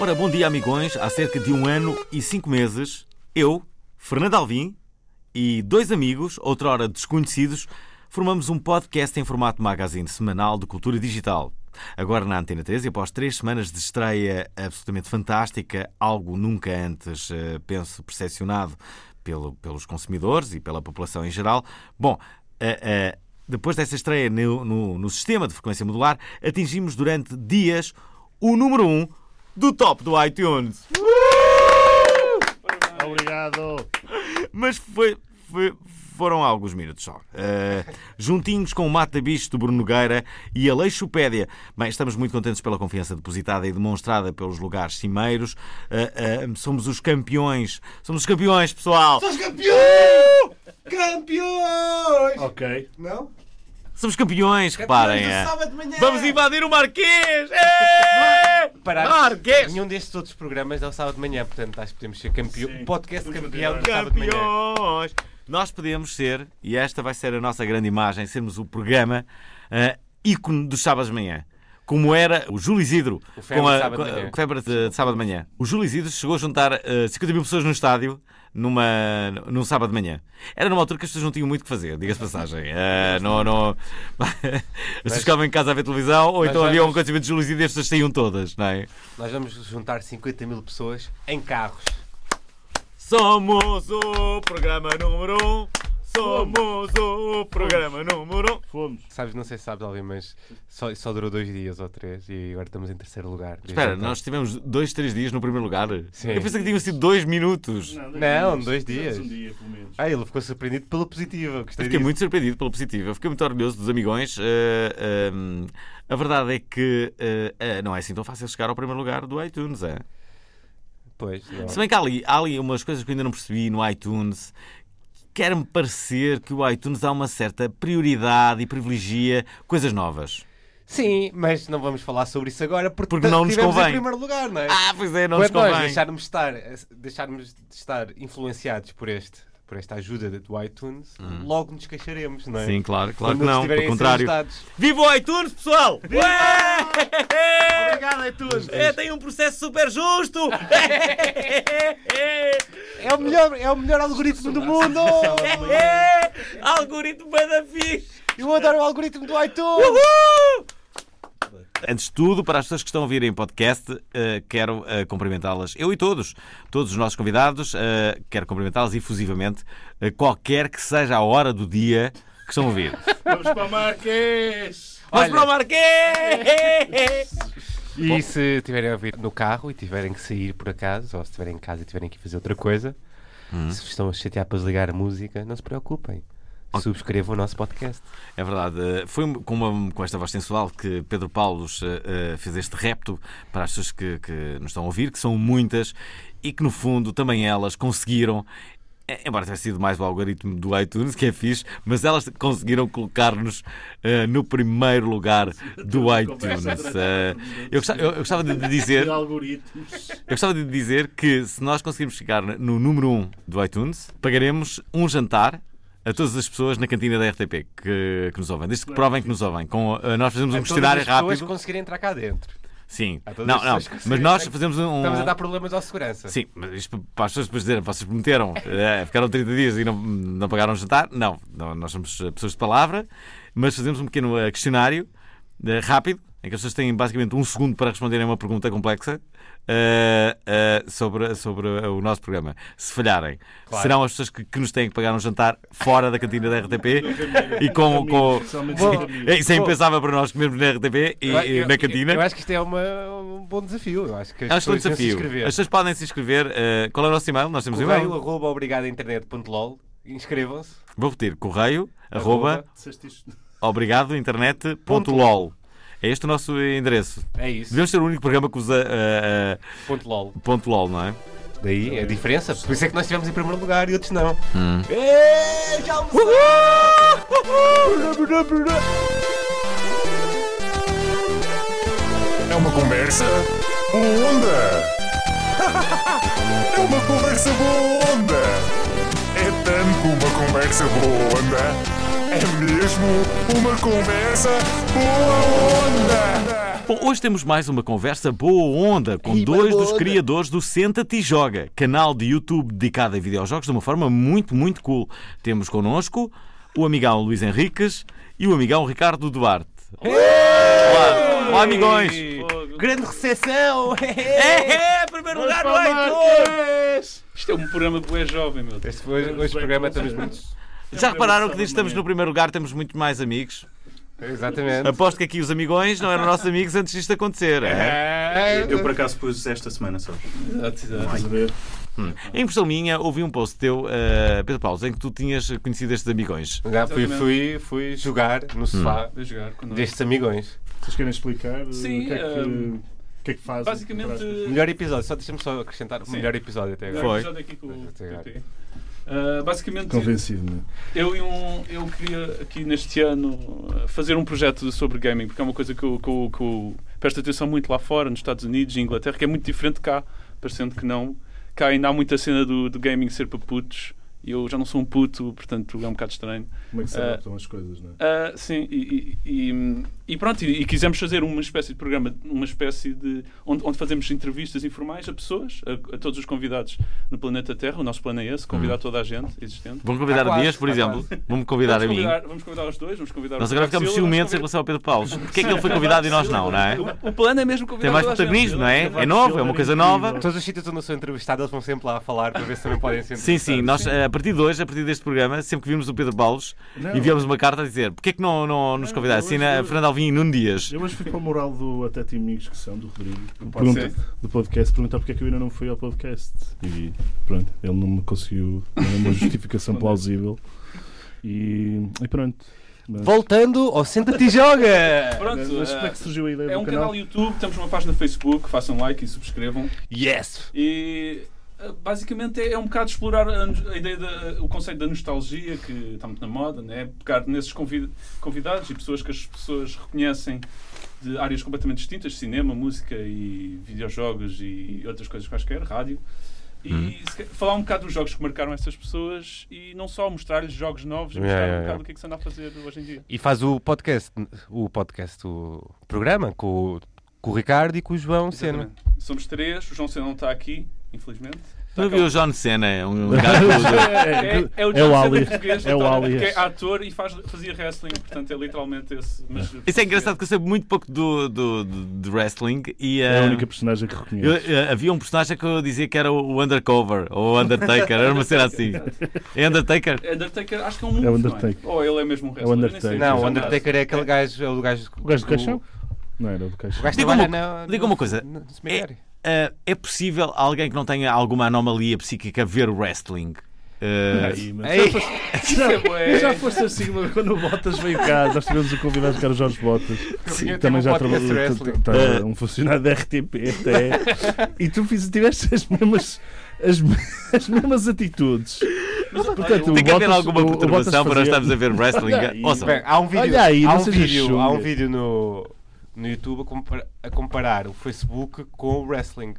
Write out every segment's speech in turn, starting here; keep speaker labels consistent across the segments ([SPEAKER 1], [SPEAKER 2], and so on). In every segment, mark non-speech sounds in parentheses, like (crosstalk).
[SPEAKER 1] Ora, bom dia, amigões. Há cerca de um ano e cinco meses, eu, Fernando Alvim e dois amigos, outrora desconhecidos, formamos um podcast em formato magazine semanal de cultura digital. Agora na Antena 13, após três semanas de estreia absolutamente fantástica, algo nunca antes, eh, penso, percepcionado pelo- pelos consumidores e pela população em geral. Bom, a- a- depois dessa estreia no, no- no sistema de frequência modular, atingimos durante dias o número um do top do iTunes.
[SPEAKER 2] Obrigado.
[SPEAKER 1] Mas foi, foi- foram alguns minutos só. Eh, juntinhos com o Mata Bicho do Bruno Nogueira e a Leixopédia. Bem, estamos muito contentes pela confiança depositada e demonstrada pelos lugares cimeiros. Eh, eh, somos os campeões. Somos os campeões, pessoal.
[SPEAKER 3] Somos campeões! Campeões!
[SPEAKER 2] Ok.
[SPEAKER 3] Não?
[SPEAKER 1] Somos campeões, reparem.
[SPEAKER 3] Campeões
[SPEAKER 1] eh.
[SPEAKER 3] do sábado de manhã!
[SPEAKER 1] Vamos invadir o Marquês! Eh!
[SPEAKER 4] Parar.
[SPEAKER 1] Marquês!
[SPEAKER 4] Nenhum destes outros programas dá o sábado de manhã, portanto acho que podemos ser
[SPEAKER 2] Sim.
[SPEAKER 4] campeão. Podcast
[SPEAKER 2] Podemos
[SPEAKER 4] campeão
[SPEAKER 2] fazer
[SPEAKER 4] do sábado de manhã.
[SPEAKER 1] Campeões! Nós podemos ser, e esta vai ser a nossa grande imagem, sermos o programa ah, ícone dos sábados de manhã. Como era o Júlio Isidro,
[SPEAKER 4] O febre
[SPEAKER 1] com a,
[SPEAKER 4] de sábado de
[SPEAKER 1] com a-
[SPEAKER 4] manhã.
[SPEAKER 1] o febre de, de sábado de manhã. O Júlio Isidro chegou a juntar ah, 50 mil pessoas no estádio numa, num sábado de manhã. Era numa altura que as pessoas não tinham muito o que fazer, diga-se de passagem. Ah, não, não... As pessoas ficavam em casa a ver televisão, ou
[SPEAKER 4] mas
[SPEAKER 1] então havia um
[SPEAKER 4] vamos-
[SPEAKER 1] acontecimento de Júlio Isidro e as pessoas saíam todas, não é?
[SPEAKER 4] Nós vamos juntar 50 mil pessoas em carros.
[SPEAKER 1] Somos o programa número um. Somos o programa número um.
[SPEAKER 2] Fomos.
[SPEAKER 4] Sabes, não sei se sabes, Alvin, mas só, só durou dois dias ou três e agora estamos em terceiro lugar. Desde
[SPEAKER 1] Espera,
[SPEAKER 4] então.
[SPEAKER 1] nós tivemos dois, três dias no primeiro lugar.
[SPEAKER 4] Sim.
[SPEAKER 1] Eu pensei que tinham sido dois minutos.
[SPEAKER 4] Não,
[SPEAKER 2] minutos.
[SPEAKER 4] dois dias.
[SPEAKER 2] Um dia, pelo menos.
[SPEAKER 4] Ah, ele ficou surpreendido pela positiva. Gostei
[SPEAKER 1] Fiquei
[SPEAKER 4] disso.
[SPEAKER 1] é muito surpreendido pela positiva. Eu Fiquei muito orgulhoso dos amigões. Eh, ehm, a verdade é que eh, eh, não é assim tão fácil chegar ao primeiro lugar do iTunes. É?
[SPEAKER 4] Pois, é. não.
[SPEAKER 1] Se bem que há ali, há ali umas coisas que eu ainda não percebi no iTunes. Quer-me parecer que o iTunes dá uma certa prioridade e privilegia coisas novas.
[SPEAKER 4] Sim, mas não vamos falar sobre isso agora porque,
[SPEAKER 1] Porque não nos
[SPEAKER 4] tivemos
[SPEAKER 1] convém.
[SPEAKER 4] em primeiro lugar, não é?
[SPEAKER 1] Ah, pois é, não nos
[SPEAKER 4] Quando nós
[SPEAKER 1] convém.
[SPEAKER 4] deixarmos, estar, deixarmos de estar influenciados por, este, por esta ajuda do iTunes, logo nos queixaremos, não é?
[SPEAKER 1] Sim, claro, claro
[SPEAKER 4] Quando
[SPEAKER 1] que
[SPEAKER 4] eles
[SPEAKER 1] não.
[SPEAKER 4] tiverem
[SPEAKER 1] Pelo
[SPEAKER 4] a ser
[SPEAKER 1] contrário.
[SPEAKER 4] ajudados.
[SPEAKER 1] Viva o iTunes, pessoal! Ué!
[SPEAKER 2] Obrigado, é tudo.
[SPEAKER 1] É, tem um processo super justo!
[SPEAKER 4] É o melhor, é o melhor algoritmo do mundo!
[SPEAKER 1] É! Algoritmo da fixe!
[SPEAKER 4] Eu adoro o algoritmo do iTunes!
[SPEAKER 1] Antes de tudo, para as pessoas que estão a ouvir em podcast, eh, quero eh, cumprimentá-las, eu e todos, todos os nossos convidados, eh, quero cumprimentá-las efusivamente, eh, qualquer que seja a hora do dia que estão a ouvir.
[SPEAKER 2] Vamos para o Marquês.
[SPEAKER 1] Mas
[SPEAKER 4] Olha.
[SPEAKER 1] para o Marquês!
[SPEAKER 4] (laughs) E se estiverem a ouvir no carro e tiverem que sair por acaso, ou se estiverem em casa e tiverem que fazer outra coisa, se vos estão a chatear para desligar a música, não se preocupem. Subscrevam o nosso podcast.
[SPEAKER 1] É verdade. Eh, Foi com, uma- com esta voz sensual que Pedro Paulos eh, eh, fez este repto para as pessoas que, que nos estão a ouvir, que são muitas e que, no fundo, também elas conseguiram. eh, Embora tenha sido mais o algoritmo do iTunes, que é fixe, mas elas conseguiram colocar-nos eh, no primeiro lugar do iTunes. Eh, eu, gostava, eu- eu gostava de dizer
[SPEAKER 2] E algoritmos.
[SPEAKER 1] eu gostava de dizer que se nós conseguirmos chegar no número 1 do iTunes, pagaremos um jantar a todas as pessoas na cantina da RTP que, que nos ouvem, desde que provem que nos ouvem. Com, eh, nós fazemos um questionário
[SPEAKER 4] Todas Então, as pessoas
[SPEAKER 1] rápido.
[SPEAKER 4] conseguirem entrar cá dentro.
[SPEAKER 1] Sim,
[SPEAKER 4] a todas
[SPEAKER 1] não,
[SPEAKER 4] as
[SPEAKER 1] não,
[SPEAKER 4] pessoas que
[SPEAKER 1] mas nós
[SPEAKER 4] conseguem.
[SPEAKER 1] fazemos um.
[SPEAKER 4] Estamos a dar problemas à segurança.
[SPEAKER 1] Sim, mas isto para as pessoas depois dizerem, vocês prometeram, eh, ficaram 30 dias e não, não pagaram o jantar. Não, não, nós somos eh, pessoas de palavra, mas fazemos um pequeno eh, questionário eh, rápido, em que as pessoas têm basicamente um segundo para responderem a uma pergunta complexa eh, eh, sobre, sobre o nosso programa. Se falharem, serão as pessoas que, que nos têm que pagar um jantar fora da cantina da RTP e com. com...
[SPEAKER 2] Especialmente
[SPEAKER 4] Bom,
[SPEAKER 2] os amigos.
[SPEAKER 1] É, Isso é impensável para nós que comemos na RTP e,
[SPEAKER 4] Eu-
[SPEAKER 1] e
[SPEAKER 4] eu-
[SPEAKER 1] na cantina.
[SPEAKER 4] Eu acho que isto é uma- um bom desafio. Eu acho que as
[SPEAKER 1] É um excelente
[SPEAKER 4] pessoas deviam se
[SPEAKER 1] desafio.
[SPEAKER 4] inscrever.
[SPEAKER 1] As pessoas podem se inscrever. eh, qual é o nosso e-mail? Nós temos um e-mail.
[SPEAKER 4] Correio, arroba, obrigadointernet.lol Inscrevam-se.
[SPEAKER 1] Vou repetir, correio, arroba,
[SPEAKER 2] Disseste isto.
[SPEAKER 1] obrigado, internet, ponto lol. É este o nosso endereço.
[SPEAKER 4] É isso.
[SPEAKER 1] Devemos ser o único programa que usa ah,
[SPEAKER 4] Ponto LOL.
[SPEAKER 1] ah, ponto lol, não é?
[SPEAKER 4] Daí a diferença. Por isso é que nós estivemos em primeiro lugar e outros não.
[SPEAKER 3] Ei, já almocei!
[SPEAKER 5] É uma conversa boa onda. (laughs) É uma conversa boa onda. É tanto uma conversa boa onda. É mesmo uma conversa boa onda.
[SPEAKER 1] Bom, hoje temos mais uma conversa boa onda com
[SPEAKER 3] Ih,
[SPEAKER 1] dois
[SPEAKER 3] boa
[SPEAKER 1] dos
[SPEAKER 3] onda.
[SPEAKER 1] criadores do Senta-te e Joga, canal de YouTube dedicado a videojogos de uma forma muito, muito cool. Temos connosco o amigão Luís Henriques e o amigão Ricardo Duarte. Olá, Olá amigões!
[SPEAKER 4] Grande
[SPEAKER 1] (laughs)
[SPEAKER 4] recepção!
[SPEAKER 1] É, é, primeiro lugar no
[SPEAKER 2] Marques!
[SPEAKER 6] Isto é um programa bué jovem, meu.
[SPEAKER 4] Este foi hoje o programa é estamos muito.
[SPEAKER 1] Já repararam que diz que estamos no primeiro lugar, temos muito mais amigos.
[SPEAKER 4] (laughs) Exatamente.
[SPEAKER 1] Aposto que aqui os amigões não eram nossos amigos antes disto acontecer. É.
[SPEAKER 2] Eu por acaso pus esta semana só. Estás a ver?
[SPEAKER 1] Em impressão minha, ouvi um post teu, eh, Pedro Paulo, em que tu tinhas conhecido estes amigões.
[SPEAKER 4] Já fui, fui, fui jogar no sofá
[SPEAKER 6] Vai jogar connosco.
[SPEAKER 4] destes amigões.
[SPEAKER 2] Vocês querem explicar uh,
[SPEAKER 6] Sim,
[SPEAKER 2] o que é que,
[SPEAKER 6] um,
[SPEAKER 2] o que é que fazem?
[SPEAKER 6] Basicamente,
[SPEAKER 4] Melhor episódio, só deixa-me só acrescentar o melhor episódio até agora.
[SPEAKER 1] Foi.
[SPEAKER 6] episódio aqui com o
[SPEAKER 4] Até agora.
[SPEAKER 6] PP. Ah, basicamente,
[SPEAKER 2] Convencido, não é?
[SPEAKER 6] eu, e um, eu queria aqui neste ano ah, fazer um projeto sobre gaming, porque é uma coisa que eu, que eu- que eu presto atenção muito lá fora, nos Estados Unidos e Inglaterra, que é muito diferente de cá, parecendo que não. Cá ainda há muita cena do, do gaming ser para putos, e eu já não sou um puto, portanto é um bocado estranho.
[SPEAKER 2] Como é que se
[SPEAKER 6] Ah.
[SPEAKER 2] adaptam as coisas, não é?
[SPEAKER 6] Ah, sim, e, e- e- e pronto, e, e quisemos fazer uma espécie de programa, uma espécie de. onde, onde fazemos entrevistas informais a pessoas, a, a todos os convidados no planeta Terra, o nosso plano é esse,
[SPEAKER 1] Hum.
[SPEAKER 6] convidar toda a gente existente.
[SPEAKER 1] Vão convidar
[SPEAKER 4] Há
[SPEAKER 1] a
[SPEAKER 4] quase,
[SPEAKER 1] Dias, por
[SPEAKER 4] há
[SPEAKER 1] exemplo.
[SPEAKER 4] quase.
[SPEAKER 1] Vão-me convidar a
[SPEAKER 6] vamos,
[SPEAKER 1] mim.
[SPEAKER 6] convidar, vamos convidar os dois, vamos convidar
[SPEAKER 1] Nós
[SPEAKER 6] o
[SPEAKER 1] agora
[SPEAKER 6] Tiago
[SPEAKER 1] ficamos
[SPEAKER 6] Silva, vamos
[SPEAKER 1] ciumentos
[SPEAKER 6] convidar-
[SPEAKER 1] em relação ao Pedro (laughs) Paulo. Porquê é que ele foi convidado e nós não, não é?
[SPEAKER 6] O, o plano é mesmo convidar
[SPEAKER 1] Tem mais
[SPEAKER 6] toda a gente.
[SPEAKER 1] protagonismo, não é? É novo, é uma coisa nova.
[SPEAKER 4] Todos os sítios onde eu sou entrevistado, eles vão sempre lá falar para ver se também podem ser
[SPEAKER 1] Sim, sim,
[SPEAKER 4] entrevistados.
[SPEAKER 1] nós eh, a partir de hoje, a partir deste programa, sempre que vimos o Pedro Paulos,
[SPEAKER 2] Não.
[SPEAKER 1] enviamos uma carta a dizer porque é que não, não nos
[SPEAKER 2] Não,
[SPEAKER 1] convidar?
[SPEAKER 2] eu
[SPEAKER 1] Assina
[SPEAKER 2] acho que-
[SPEAKER 1] Fernando Alvim e Nuno Dias.
[SPEAKER 2] Eu hoje fui para o moral do Até Te Amigos, que são do Rodrigo,
[SPEAKER 6] Pode
[SPEAKER 2] pergunta- do podcast, perguntar porque é que eu ainda não fui ao podcast. E pronto, ele não me conseguiu dar uma justificação plausível. E, e pronto. Mas,
[SPEAKER 4] Voltando ao Senta-te e Joga!
[SPEAKER 6] Pronto,
[SPEAKER 2] mas como é
[SPEAKER 6] ah,
[SPEAKER 2] que surgiu a ideia
[SPEAKER 6] é
[SPEAKER 2] do
[SPEAKER 6] um
[SPEAKER 2] canal?
[SPEAKER 6] canal YouTube, temos uma página no Facebook, façam like e subscrevam.
[SPEAKER 4] Yes!
[SPEAKER 6] E ah, basicamente é é um bocado explorar a, nos- a ideia da, o conceito da nostalgia que está muito na moda, né? pegar nesses convid- convidados e pessoas que as pessoas reconhecem de áreas completamente distintas, cinema, música e videojogos e outras coisas quaisquer, rádio. E
[SPEAKER 4] Uhum.
[SPEAKER 6] se ca- falar um bocado dos jogos que marcaram essas pessoas e não só mostrar-lhes jogos novos e
[SPEAKER 4] Yeah,
[SPEAKER 6] mostrar
[SPEAKER 4] yeah,
[SPEAKER 6] um
[SPEAKER 4] yeah.
[SPEAKER 6] bocado o que é que se anda a fazer hoje em dia.
[SPEAKER 4] E faz o podcast, o podcast, o programa com, o- com o Ricardo e com o João Sena.
[SPEAKER 6] Exatamente. Somos três, o João Senna não está aqui, infelizmente. Está
[SPEAKER 1] Não
[SPEAKER 2] tá
[SPEAKER 6] cá
[SPEAKER 1] viu o John Cena,
[SPEAKER 2] (laughs)
[SPEAKER 1] um gajo
[SPEAKER 6] É,
[SPEAKER 2] É
[SPEAKER 6] é o
[SPEAKER 2] o
[SPEAKER 6] John Cena
[SPEAKER 2] alias.
[SPEAKER 6] português,
[SPEAKER 2] É o
[SPEAKER 6] então,
[SPEAKER 2] alias.
[SPEAKER 6] que é ator e faz, fazia wrestling, portanto é literalmente esse. Mas,
[SPEAKER 1] Isso é engraçado que eu sei muito pouco do, do, do- de wrestling e
[SPEAKER 2] É a
[SPEAKER 1] eh,
[SPEAKER 2] única personagem que
[SPEAKER 1] eu-
[SPEAKER 2] reconheço.
[SPEAKER 1] eh, havia um personagem que eu dizia que era o o Undercover ou o Undertaker, era uma cena assim. É Undertaker?
[SPEAKER 6] É Undertaker, acho que é um move,
[SPEAKER 2] É o
[SPEAKER 6] não
[SPEAKER 2] Undertaker.
[SPEAKER 6] Ou ele é mesmo um
[SPEAKER 2] É o
[SPEAKER 6] wrestler. eu nem sei.
[SPEAKER 2] Undertaker.
[SPEAKER 4] Não, o Undertaker é aquele gajo, é o gajo...
[SPEAKER 2] O gajo do
[SPEAKER 4] que-
[SPEAKER 2] caixão? Não era do
[SPEAKER 4] O
[SPEAKER 2] caixão.
[SPEAKER 4] gajo
[SPEAKER 1] Diga
[SPEAKER 4] trabalha
[SPEAKER 1] uma-
[SPEAKER 4] na-
[SPEAKER 1] diga
[SPEAKER 4] no-
[SPEAKER 1] uma coisa.
[SPEAKER 4] No, no cemitério.
[SPEAKER 1] Ah, é possível alguém que não tenha alguma anomalia psíquica ver o wrestling? Ah,
[SPEAKER 2] Aí, mas-
[SPEAKER 4] Ei,
[SPEAKER 6] Isso é bué.
[SPEAKER 2] Já foste assim, mas quando o Botas veio cá, nós tivemos o convidado que era o Jorge Botas.
[SPEAKER 4] Sim,
[SPEAKER 2] também
[SPEAKER 4] tem um
[SPEAKER 2] já
[SPEAKER 4] podcast
[SPEAKER 2] trabalhou
[SPEAKER 4] wrestling.
[SPEAKER 2] tá- tá- um funcionário da RTP até. e tu fiz, tiveste as mesmas, as, me- as mesmas atitudes.
[SPEAKER 6] é
[SPEAKER 2] Portanto,
[SPEAKER 1] Tem que haver
[SPEAKER 2] Bottas-
[SPEAKER 1] alguma
[SPEAKER 2] o- o
[SPEAKER 1] perturbação
[SPEAKER 2] Bottas
[SPEAKER 1] para nós
[SPEAKER 2] fazia-
[SPEAKER 1] estarmos a ver
[SPEAKER 2] (laughs)
[SPEAKER 1] wrestling?
[SPEAKER 2] Olha aí.
[SPEAKER 1] Ouçam,
[SPEAKER 4] bem, há um vídeo,
[SPEAKER 2] Olha aí,
[SPEAKER 4] há
[SPEAKER 2] não
[SPEAKER 4] um
[SPEAKER 2] seja
[SPEAKER 4] vídeo,
[SPEAKER 2] chunga.
[SPEAKER 4] há um vídeo no, no YouTube a, compara- a comparar o Facebook com o wrestling.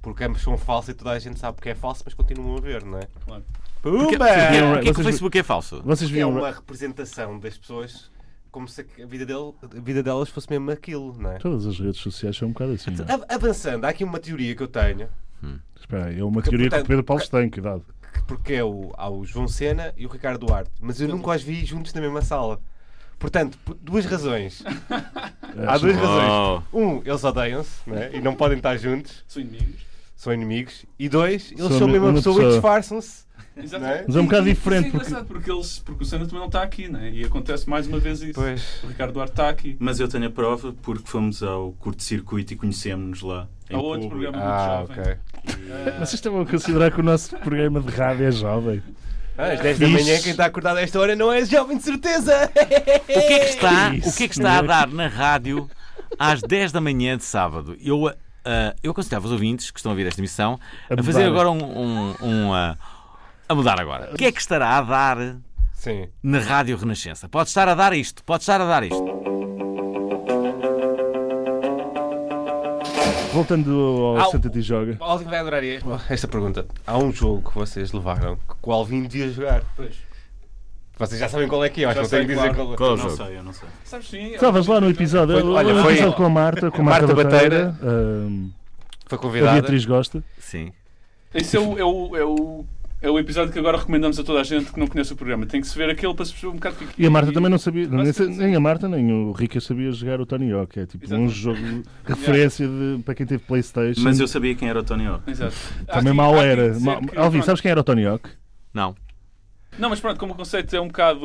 [SPEAKER 4] Porque ambos são falsos e toda a gente sabe que é falso, mas continuam a ver, não é?
[SPEAKER 6] Claro.
[SPEAKER 1] porque,
[SPEAKER 4] Pumba!
[SPEAKER 1] porque- porque é que o
[SPEAKER 2] Vocês-
[SPEAKER 1] Facebook é falso?
[SPEAKER 2] Vocês
[SPEAKER 4] que é
[SPEAKER 2] viram.
[SPEAKER 4] uma representação das pessoas como se a vida, dele, a vida delas fosse mesmo aquilo, não é?
[SPEAKER 2] Todas as redes sociais são um bocado assim. não é?
[SPEAKER 4] Av- Avançando, há aqui uma teoria que eu tenho,
[SPEAKER 2] Espera aí, é uma teoria que o
[SPEAKER 4] portanto,
[SPEAKER 2] Pedro Paulo tem, cuidado.
[SPEAKER 4] que porque é o, há o João Sena e o Ricardo Duarte, mas eu nunca os vi juntos na mesma sala. Portanto, por duas razões. Há
[SPEAKER 1] Oh.
[SPEAKER 4] duas razões. Um, eles odeiam-se não é? e não podem estar juntos,
[SPEAKER 6] São inimigos.
[SPEAKER 4] são inimigos. E dois, eles
[SPEAKER 2] São
[SPEAKER 4] são a mesma
[SPEAKER 2] uma
[SPEAKER 4] pessoa,
[SPEAKER 2] pessoa.
[SPEAKER 4] e disfarçam-se.
[SPEAKER 6] Exatamente.
[SPEAKER 2] Mas é um bocado
[SPEAKER 6] E- e-
[SPEAKER 2] diferente,
[SPEAKER 6] Isso é engraçado, porque, eles, porque o Senna também não está aqui, né? E acontece mais uma vez isso.
[SPEAKER 4] Pois.
[SPEAKER 6] O Ricardo Duarte está aqui.
[SPEAKER 7] Mas eu tenho a prova porque fomos ao curto-circuito e conhecemos-nos lá. Em
[SPEAKER 6] Há É outro
[SPEAKER 7] público.
[SPEAKER 6] programa muito
[SPEAKER 4] Ah,
[SPEAKER 6] jovem.
[SPEAKER 4] ok.
[SPEAKER 2] Vocês estão a considerar que o nosso programa de rádio é jovem.
[SPEAKER 4] Ah, Às 10 da
[SPEAKER 2] Isso.
[SPEAKER 4] manhã, quem está acordado a esta hora não é jovem de certeza.
[SPEAKER 1] O
[SPEAKER 4] (laughs)
[SPEAKER 1] que é que está,
[SPEAKER 2] Isso,
[SPEAKER 1] o que é que está a
[SPEAKER 2] não é?
[SPEAKER 1] dar na rádio às 10 da manhã de sábado? Eu, ah, eu aconselhava os ouvintes que estão a ouvir esta emissão
[SPEAKER 2] A
[SPEAKER 1] a, fazer
[SPEAKER 2] mudar.
[SPEAKER 1] agora um. um- um, ah, a mudar agora. O que é que estará a dar
[SPEAKER 4] Sim.
[SPEAKER 1] na Rádio Renascença? Pode estar a dar isto, pode estar a dar isto.
[SPEAKER 2] Voltando ao
[SPEAKER 4] Au.
[SPEAKER 2] Santa Ti Joga.
[SPEAKER 4] O Alvin vai adorar esta pergunta. Há um jogo que vocês levaram que o Alvin devia jogar.
[SPEAKER 6] Pois.
[SPEAKER 4] Vocês já sabem qual é que é, eu acho
[SPEAKER 6] Já
[SPEAKER 4] que não tenho que
[SPEAKER 6] sei,
[SPEAKER 4] dizer
[SPEAKER 6] claro.
[SPEAKER 1] Qual
[SPEAKER 4] qual é.
[SPEAKER 1] é o
[SPEAKER 7] Não
[SPEAKER 1] jogo?
[SPEAKER 7] sei, eu não sei.
[SPEAKER 6] Sabes sim. é
[SPEAKER 2] Estavas lá no episódio,
[SPEAKER 4] Foi- olha,
[SPEAKER 2] olha,
[SPEAKER 4] foi-
[SPEAKER 2] episódio com a Marta, com a
[SPEAKER 4] Marta
[SPEAKER 2] Marta,
[SPEAKER 4] Bateira.
[SPEAKER 2] Bateira,
[SPEAKER 4] Foi
[SPEAKER 2] ah, a
[SPEAKER 4] convidada.
[SPEAKER 2] Beatriz Gosta.
[SPEAKER 1] Sim.
[SPEAKER 6] Esse é o, é, o, é, o, é o episódio que agora recomendamos a toda a gente que não conhece o programa. Tem que se ver aquele para se perceber um bocado o que é que-
[SPEAKER 2] E a Marta também não sabia, nem,
[SPEAKER 6] Basicamente,
[SPEAKER 2] nem a Marta nem o Rica sabia jogar o Tony Hawk, é tipo um
[SPEAKER 6] Exatamente.
[SPEAKER 2] jogo
[SPEAKER 6] (laughs)
[SPEAKER 2] referência de- para quem teve Playstation.
[SPEAKER 7] Mas eu sabia quem era o Tony Hawk.
[SPEAKER 6] Exato. Há
[SPEAKER 2] Também
[SPEAKER 6] que-
[SPEAKER 2] mal
[SPEAKER 6] há que
[SPEAKER 2] era.
[SPEAKER 6] dizer
[SPEAKER 2] Ma-
[SPEAKER 6] que,
[SPEAKER 2] Alvin,
[SPEAKER 6] pronto,
[SPEAKER 2] sabes quem era o Tony Hawk?
[SPEAKER 1] Não.
[SPEAKER 6] Não, mas pronto, como o conceito é um bocado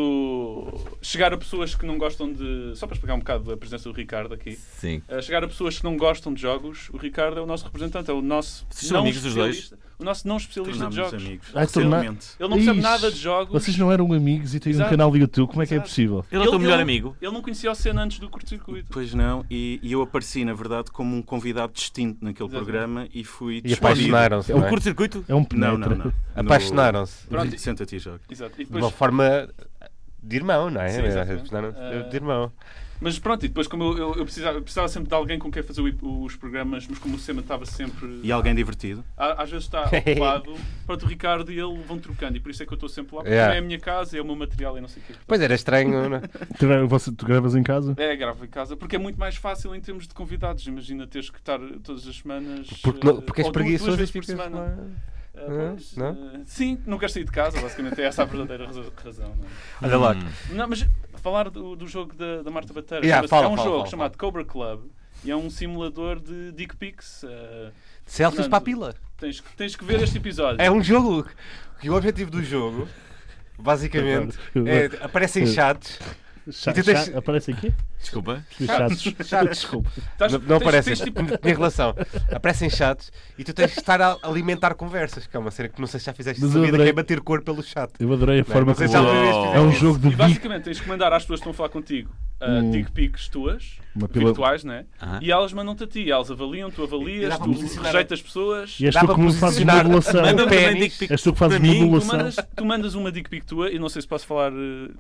[SPEAKER 6] chegar a pessoas que não gostam de. Só para explicar um bocado a presença do Ricardo aqui.
[SPEAKER 1] Sim.
[SPEAKER 6] A chegar a pessoas que não gostam de jogos, o Ricardo é o nosso representante, é o nosso
[SPEAKER 1] Vocês são
[SPEAKER 6] não
[SPEAKER 1] amigos dos dois?
[SPEAKER 6] especialista- O nosso não especialista de
[SPEAKER 7] Tornámos
[SPEAKER 6] jogos. Ah,
[SPEAKER 7] amigos.
[SPEAKER 2] Ai, torna-
[SPEAKER 7] Facilmente.
[SPEAKER 6] Ele não percebe
[SPEAKER 2] Ixi,
[SPEAKER 6] nada de jogos.
[SPEAKER 2] Vocês não eram amigos e têm um
[SPEAKER 6] Exato.
[SPEAKER 2] canal de YouTube, como é que é
[SPEAKER 6] Exato.
[SPEAKER 2] possível?
[SPEAKER 1] Ele é o teu melhor amigo.
[SPEAKER 6] Ele não conhecia o Senna antes do curto-circuito.
[SPEAKER 7] Pois não, e, e eu apareci, na verdade, como um convidado distinto naquele
[SPEAKER 6] Exatamente.
[SPEAKER 7] programa e fui
[SPEAKER 4] E
[SPEAKER 7] despedido.
[SPEAKER 4] apaixonaram-se.
[SPEAKER 1] O
[SPEAKER 4] não é?
[SPEAKER 1] curto-circuito?
[SPEAKER 2] É um
[SPEAKER 7] Não,
[SPEAKER 6] né?
[SPEAKER 2] penetra.
[SPEAKER 7] não, não.
[SPEAKER 4] Apaixonaram-se.
[SPEAKER 6] Pronto.
[SPEAKER 7] No... Senta-te e joga.
[SPEAKER 6] Exato. E
[SPEAKER 4] De
[SPEAKER 6] depois,
[SPEAKER 4] uma forma eh, de irmão, não é?
[SPEAKER 6] Sim, exatamente.
[SPEAKER 4] Apaixonaram-se
[SPEAKER 6] Ah.
[SPEAKER 4] de irmão.
[SPEAKER 6] mas pronto, e depois, como eu, eu- eu precisava, eu precisava sempre de alguém com quem fazer o- os programas, mas como o Senna estava sempre.
[SPEAKER 7] E alguém divertido.
[SPEAKER 6] Á- Às vezes
[SPEAKER 2] (laughs)
[SPEAKER 6] está ocupado, pronto, o Ricardo e ele vão trocando, e por isso é que eu estou sempre lá, porque
[SPEAKER 4] Yeah.
[SPEAKER 6] é a minha casa, é o meu material e não sei o quê.
[SPEAKER 4] Pois era estranho,
[SPEAKER 6] (laughs)
[SPEAKER 4] não é?
[SPEAKER 2] (laughs) Tu, gra- você- tu gravas em casa?
[SPEAKER 6] É, gravo em casa, porque é muito mais fácil em termos de convidados. Imagina teres que estar todas as semanas.
[SPEAKER 4] Porque, não,
[SPEAKER 6] eh,
[SPEAKER 4] porque és
[SPEAKER 6] ou du-
[SPEAKER 4] preguiçoso
[SPEAKER 6] duas
[SPEAKER 4] e
[SPEAKER 6] vezes por
[SPEAKER 4] ficas lá.
[SPEAKER 6] semana. Eh,
[SPEAKER 4] Hã?
[SPEAKER 6] pois,
[SPEAKER 4] Não?
[SPEAKER 6] eh, sim, não queres sair de casa, basicamente. É essa a verdadeira razo- razão. Não, é?
[SPEAKER 4] Olha lá.
[SPEAKER 6] Não, mas falar do, do jogo da, da Marta Bateira.
[SPEAKER 4] Yeah,
[SPEAKER 6] chama-se-
[SPEAKER 4] fala,
[SPEAKER 6] é um
[SPEAKER 4] fala,
[SPEAKER 6] jogo
[SPEAKER 4] fala,
[SPEAKER 6] chamado Cobra Club e é um simulador de dick pics. eh,
[SPEAKER 4] Selfies
[SPEAKER 6] Fernando.
[SPEAKER 4] para a pila.
[SPEAKER 6] tens, que- tens que ver este episódio.
[SPEAKER 4] É um jogo. E o objetivo do jogo, basicamente, é, aparecem chats.
[SPEAKER 2] Cha-
[SPEAKER 4] E tu tens-
[SPEAKER 2] cha- Aparece aqui?
[SPEAKER 1] Desculpa.
[SPEAKER 2] Chatos.
[SPEAKER 4] Chatos.
[SPEAKER 2] Desculpa.
[SPEAKER 6] Tás-
[SPEAKER 4] Não, não
[SPEAKER 6] tens-
[SPEAKER 4] aparecem.
[SPEAKER 6] tens, tipo,
[SPEAKER 4] (laughs) Em relação. Aparecem chatos e tu tens de estar a alimentar conversas. Que é uma cena que não sei se já fizeste
[SPEAKER 2] Mas
[SPEAKER 4] na
[SPEAKER 2] eu
[SPEAKER 4] vida, que
[SPEAKER 2] adorei.
[SPEAKER 4] é bater cor pelo chat.
[SPEAKER 2] Eu adorei a
[SPEAKER 4] Não,
[SPEAKER 2] forma
[SPEAKER 4] não sei
[SPEAKER 2] como.
[SPEAKER 4] se alguma vez
[SPEAKER 7] Oh.
[SPEAKER 2] É um
[SPEAKER 4] fizeste
[SPEAKER 2] jogo de
[SPEAKER 6] E
[SPEAKER 2] bico.
[SPEAKER 6] basicamente tens que mandar às pessoas que estão a falar contigo uh,
[SPEAKER 2] Hum.
[SPEAKER 6] dick pics tuas,
[SPEAKER 2] Uma pila-
[SPEAKER 6] virtuais, né?
[SPEAKER 1] Aham.
[SPEAKER 6] E elas mandam-te a ti, elas avaliam, tu
[SPEAKER 4] E
[SPEAKER 6] avalias,
[SPEAKER 4] dá
[SPEAKER 6] tu
[SPEAKER 4] para posicionar-
[SPEAKER 6] rejeitas pessoas.
[SPEAKER 2] E és tu
[SPEAKER 4] Dava
[SPEAKER 2] que me fazes
[SPEAKER 4] posicionar-
[SPEAKER 2] modulação.
[SPEAKER 4] Manda-
[SPEAKER 1] Manda-me também
[SPEAKER 4] pênis.
[SPEAKER 1] dick pics
[SPEAKER 2] És tu que fazes
[SPEAKER 1] para mim, tu
[SPEAKER 6] Tu
[SPEAKER 2] modulação.
[SPEAKER 6] mandas, tu mandas uma dick pic tua, e não sei se posso falar uh,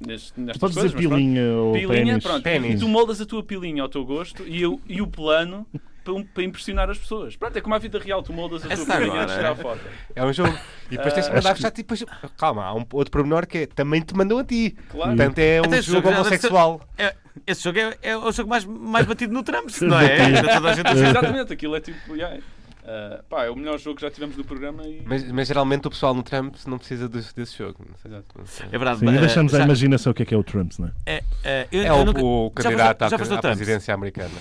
[SPEAKER 6] neste, nestas
[SPEAKER 2] Podes
[SPEAKER 6] coisas,
[SPEAKER 2] dizer
[SPEAKER 6] mas pronto.
[SPEAKER 2] pilinha ou
[SPEAKER 6] pilinha,
[SPEAKER 2] pênis.
[SPEAKER 6] pronto.
[SPEAKER 4] Pênis.
[SPEAKER 6] E tu moldas a tua pilinha ao teu gosto e, eu, e o plano para, um- para impressionar as pessoas. Pronto, é como a vida real, tu moldas a tua
[SPEAKER 1] Essa
[SPEAKER 6] pilinha
[SPEAKER 1] agora,
[SPEAKER 6] antes de tirar a
[SPEAKER 1] é?
[SPEAKER 6] foto.
[SPEAKER 2] (laughs)
[SPEAKER 4] É um jogo. E depois tens de
[SPEAKER 6] Ah,
[SPEAKER 4] mandar
[SPEAKER 2] acho
[SPEAKER 4] chat e depois. Calma, há um outro pormenor que é também te mandam a ti.
[SPEAKER 6] Claro.
[SPEAKER 4] Portanto, é um
[SPEAKER 1] Até esse
[SPEAKER 4] jogo
[SPEAKER 1] jogo já deve ser-
[SPEAKER 4] homossexual.
[SPEAKER 1] É, esse jogo é, é o jogo mais, mais batido no Trump, não é? Está toda a gente a jogar.
[SPEAKER 6] Exatamente, aquilo é tipo. yeah, uh, pá, é o melhor jogo que já tivemos no programa e.
[SPEAKER 4] Mas, mas geralmente o pessoal no Trump não precisa desse, desse jogo. Não sei.
[SPEAKER 6] Exato.
[SPEAKER 4] Não sei.
[SPEAKER 1] É verdade.
[SPEAKER 2] Sim,
[SPEAKER 1] eh,
[SPEAKER 2] e deixamos à
[SPEAKER 1] já-
[SPEAKER 2] imaginação o que é que é o Trump, não é?
[SPEAKER 1] eh, eh, eu-
[SPEAKER 4] É,
[SPEAKER 1] eu
[SPEAKER 4] o,
[SPEAKER 1] nunca-
[SPEAKER 4] o
[SPEAKER 1] já foste-
[SPEAKER 4] candidato à-
[SPEAKER 1] já foste
[SPEAKER 4] à,
[SPEAKER 1] ao Trump?
[SPEAKER 4] presidência americana.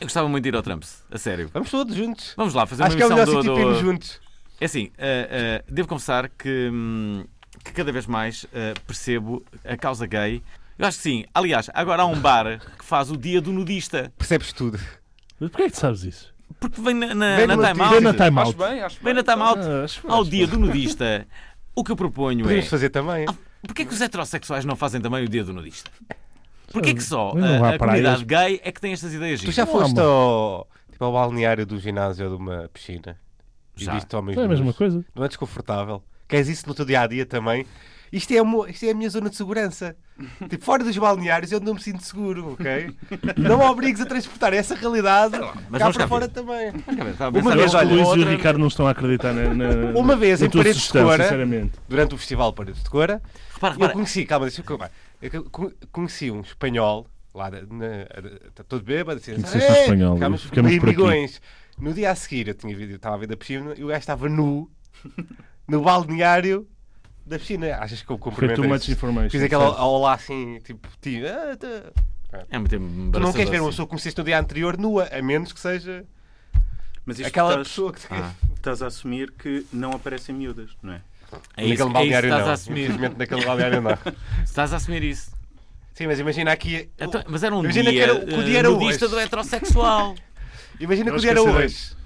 [SPEAKER 1] Eu gostava muito de ir ao Trumps, a sério.
[SPEAKER 4] Vamos todos juntos.
[SPEAKER 1] Vamos lá, fazer
[SPEAKER 4] Acho que é
[SPEAKER 1] uma
[SPEAKER 4] o melhor
[SPEAKER 1] emissão
[SPEAKER 4] sítio para
[SPEAKER 1] do,
[SPEAKER 4] irmos
[SPEAKER 1] do...
[SPEAKER 4] juntos.
[SPEAKER 1] É assim, eh, eh, devo confessar que, hum, que cada vez mais eh, percebo a causa gay. Eu acho que sim. Aliás, agora há um bar que faz o dia do nudista.
[SPEAKER 4] Percebes tudo.
[SPEAKER 2] Mas porquê é que tu sabes isso?
[SPEAKER 1] Porque vem na, na,
[SPEAKER 4] Vem
[SPEAKER 1] na
[SPEAKER 4] no
[SPEAKER 1] Time
[SPEAKER 4] Twitter.
[SPEAKER 2] Vem na
[SPEAKER 1] Out.
[SPEAKER 2] time
[SPEAKER 6] Acho
[SPEAKER 2] out.
[SPEAKER 6] bem, acho
[SPEAKER 1] Vem
[SPEAKER 6] bem.
[SPEAKER 1] na Time Out
[SPEAKER 2] Ah, acho-
[SPEAKER 1] ao dia do nudista. O que eu proponho é...
[SPEAKER 4] Podemos fazer também.
[SPEAKER 1] Porquê que os heterossexuais não fazem também o dia do nudista? Porquê que só
[SPEAKER 2] Não há
[SPEAKER 1] a, a comunidade
[SPEAKER 2] praias.
[SPEAKER 1] gay é que tem estas ideias?
[SPEAKER 4] Tu
[SPEAKER 1] giras?
[SPEAKER 4] já
[SPEAKER 2] Não,
[SPEAKER 4] foste
[SPEAKER 2] amor.
[SPEAKER 4] ao, tipo, ao balneário do ginásio ou de uma piscina?
[SPEAKER 1] Já.
[SPEAKER 4] E viste homens
[SPEAKER 2] É a mesma
[SPEAKER 4] nus?
[SPEAKER 2] coisa.
[SPEAKER 4] Não é desconfortável? Queres isso no teu dia a dia também? Isto é, a mo- isto é a minha zona de segurança. Tipo, fora dos balneários eu não me sinto seguro, ok? Não me obrigues a transportar essa realidade
[SPEAKER 1] mas
[SPEAKER 4] cá
[SPEAKER 1] vamos cá
[SPEAKER 4] para
[SPEAKER 1] ver.
[SPEAKER 4] fora também.
[SPEAKER 1] Estava a
[SPEAKER 4] Uma
[SPEAKER 1] pensar
[SPEAKER 4] vez,
[SPEAKER 2] Mas
[SPEAKER 1] nisto.
[SPEAKER 2] o
[SPEAKER 4] olha,
[SPEAKER 2] Luís e o
[SPEAKER 4] outra-
[SPEAKER 2] Ricardo não estão a acreditar na, na-
[SPEAKER 4] Uma vez
[SPEAKER 2] na
[SPEAKER 4] em
[SPEAKER 2] tua
[SPEAKER 4] Paredes de
[SPEAKER 2] sugestão,
[SPEAKER 4] Cora-
[SPEAKER 2] sinceramente.
[SPEAKER 4] Durante o Festival Paredes de Cora,
[SPEAKER 1] Repara,
[SPEAKER 4] eu
[SPEAKER 1] repara.
[SPEAKER 4] conheci, calma, deixa eu acabar. Eu con- conheci um espanhol, lá, na, na- todo bêbado, assim,
[SPEAKER 2] Conheceste um
[SPEAKER 4] "Eh!"
[SPEAKER 2] espanhol,
[SPEAKER 4] ficámos,
[SPEAKER 2] Luís, ficamos por aqui.
[SPEAKER 4] amigões. No dia a seguir, eu tinha vindo, eu estava a ver da piscina e o gajo estava
[SPEAKER 2] (laughs)
[SPEAKER 4] nu, no balneário da piscina. Achas que eu
[SPEAKER 2] Foi
[SPEAKER 4] cumprimento
[SPEAKER 2] too much
[SPEAKER 4] isso?
[SPEAKER 2] information.
[SPEAKER 4] Fiz aquela
[SPEAKER 2] certo?
[SPEAKER 4] olá assim, tipo, ti, "Ah, tá."
[SPEAKER 1] É muito
[SPEAKER 4] Tu não
[SPEAKER 1] embaraçador,
[SPEAKER 4] queres ver uma
[SPEAKER 2] assim.
[SPEAKER 1] sim.
[SPEAKER 4] pessoa que conheceste no dia anterior nua, a menos que seja
[SPEAKER 7] Mas isto
[SPEAKER 4] aquela
[SPEAKER 7] estás,
[SPEAKER 4] pessoa que te
[SPEAKER 1] Ah.
[SPEAKER 7] estás a assumir que não aparecem miúdas, não é?
[SPEAKER 1] É isso,
[SPEAKER 4] naquele
[SPEAKER 1] é isso que
[SPEAKER 4] balneário
[SPEAKER 1] estás
[SPEAKER 4] não.
[SPEAKER 1] a assumir.
[SPEAKER 4] Infelizmente naquele balneário
[SPEAKER 1] (laughs)
[SPEAKER 4] não.
[SPEAKER 1] Estás a assumir isso.
[SPEAKER 4] Sim, mas imagina aqui.
[SPEAKER 1] Então, mas era um
[SPEAKER 4] Imagina
[SPEAKER 1] dia,
[SPEAKER 4] que era- que o dia
[SPEAKER 1] eh,
[SPEAKER 4] era
[SPEAKER 1] nudista
[SPEAKER 4] hoje. (laughs)
[SPEAKER 1] do heterossexual.
[SPEAKER 4] Imagina que
[SPEAKER 2] Não
[SPEAKER 4] o dia era
[SPEAKER 2] esquecerei.
[SPEAKER 4] hoje.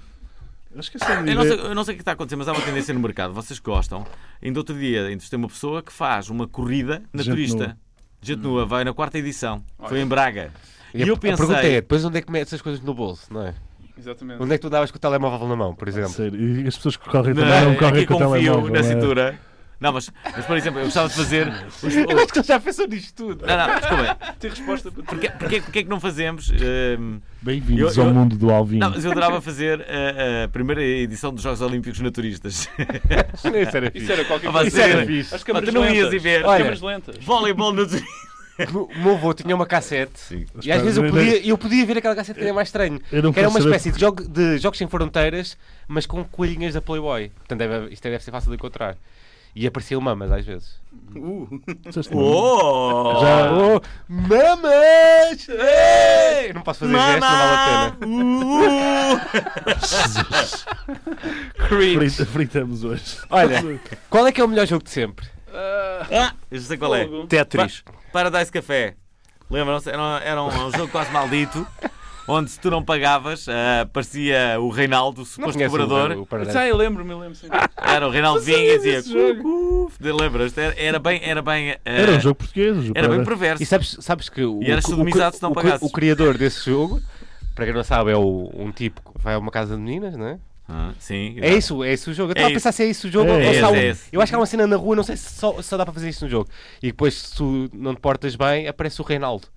[SPEAKER 2] Acho que essa é uma
[SPEAKER 1] Eu não, sei,
[SPEAKER 2] ideia.
[SPEAKER 1] eu não sei o que está a acontecer, mas há uma tendência no mercado. Vocês gostam. Ainda outro dia entrevistei uma pessoa que faz uma corrida naturista.
[SPEAKER 2] nua.
[SPEAKER 1] Gente nua, vai na quarta edição. Foi em Braga. E,
[SPEAKER 4] a-
[SPEAKER 1] eu
[SPEAKER 4] A pergunta é,
[SPEAKER 1] pensei.
[SPEAKER 4] depois onde é que metes essas coisas no bolso, não é?
[SPEAKER 6] Exatamente.
[SPEAKER 4] Onde é que tu andavas com o telemóvel na mão, por exemplo?
[SPEAKER 2] Sério, E as pessoas que correm também não,
[SPEAKER 1] Não,
[SPEAKER 2] correm
[SPEAKER 1] aqui
[SPEAKER 2] com o
[SPEAKER 1] confio
[SPEAKER 2] telemóvel.
[SPEAKER 1] na
[SPEAKER 2] é.
[SPEAKER 1] cintura. Não, mas, mas, por exemplo, eu gostava de fazer. os-
[SPEAKER 4] (laughs) Eu acho que ele já pensou nisto tudo.
[SPEAKER 1] Não, não, desculpa.
[SPEAKER 6] Tem resposta para tudo.
[SPEAKER 1] Porquê, porquê, porquê é que não fazemos? ehm,
[SPEAKER 2] Bem-vindos
[SPEAKER 1] Eu- eu-
[SPEAKER 2] ao mundo do Alvin.
[SPEAKER 4] Hum.
[SPEAKER 1] não, mas eu adorava fazer a, a primeira edição dos Jogos Olímpicos Naturistas. (laughs)
[SPEAKER 4] Isso era
[SPEAKER 6] Isso
[SPEAKER 4] fixe.
[SPEAKER 6] era qualquer
[SPEAKER 1] Ah, vai
[SPEAKER 6] coisa.
[SPEAKER 4] Isso era
[SPEAKER 1] ser.
[SPEAKER 4] fixe.
[SPEAKER 6] As câmaras
[SPEAKER 1] Ah, tu não ias
[SPEAKER 6] lentas.
[SPEAKER 1] e ver.
[SPEAKER 6] As
[SPEAKER 4] Olha.
[SPEAKER 6] câmaras lentas.
[SPEAKER 1] Voleibol naturista.
[SPEAKER 4] O meu avô tinha uma cassete e às
[SPEAKER 2] Espera,
[SPEAKER 4] vezes eu
[SPEAKER 2] não-
[SPEAKER 4] podia, eu podia ver aquela cassete que era mais estranho.
[SPEAKER 2] Eu não
[SPEAKER 4] Que era uma
[SPEAKER 2] quero saber-
[SPEAKER 4] espécie de, jogo- de Jogos Sem Fronteiras, mas com coelhinhas da Playboy. Portanto, deve, isto deve ser fácil de encontrar. E apareciam mamas às vezes.
[SPEAKER 2] Disseste não.
[SPEAKER 1] Oh!
[SPEAKER 2] Já-
[SPEAKER 4] Oh, mamas! Ei! Eu Não posso fazer gesto, não vale a pena.
[SPEAKER 1] Uh!
[SPEAKER 2] Jesus.
[SPEAKER 4] Cringe.
[SPEAKER 2] Frita- Fritamos hoje.
[SPEAKER 4] Olha, qual é que é o melhor jogo de sempre?
[SPEAKER 6] Ah,
[SPEAKER 1] Ah, eu já sei qual é.
[SPEAKER 6] Fogo.
[SPEAKER 7] Tetris.
[SPEAKER 1] Paradise Café. Lembram-se? Era, um- era um um jogo quase maldito. Onde se tu não pagavas, ah, aparecia o Reinaldo, o
[SPEAKER 4] Não
[SPEAKER 1] suposto
[SPEAKER 4] conheces o-
[SPEAKER 1] cobrador.
[SPEAKER 4] o Paradise.
[SPEAKER 6] Já é, eu lembro-me, eu lembro sim.
[SPEAKER 4] Ah,
[SPEAKER 1] Era o Reinaldo vinha e dizia.
[SPEAKER 4] desse jogo.
[SPEAKER 1] "Cu, cu". Lembras-te? Era, era bem. Era bem, ah,
[SPEAKER 2] Era um jogo português. o jogo
[SPEAKER 1] era bem
[SPEAKER 2] era-
[SPEAKER 1] perverso.
[SPEAKER 4] E sabes, sabes que o,
[SPEAKER 1] E eras
[SPEAKER 4] o- o-
[SPEAKER 1] sodomizado se não
[SPEAKER 4] o- o-
[SPEAKER 1] pagasses.
[SPEAKER 4] o criador desse jogo, para quem não sabe, é o- um tipo que vai a uma casa de meninas, não é?
[SPEAKER 1] Ah, sim.
[SPEAKER 4] É isso, é isso o jogo. Eu estava a
[SPEAKER 1] isso.
[SPEAKER 4] pensar se é isso o jogo
[SPEAKER 2] É
[SPEAKER 4] ou
[SPEAKER 2] esse,
[SPEAKER 4] se há um-
[SPEAKER 1] é esse.
[SPEAKER 4] Eu acho que há uma cena na rua, não sei se só, só dá para fazer isso no jogo. E depois, se tu não te portas bem, aparece o Reinaldo.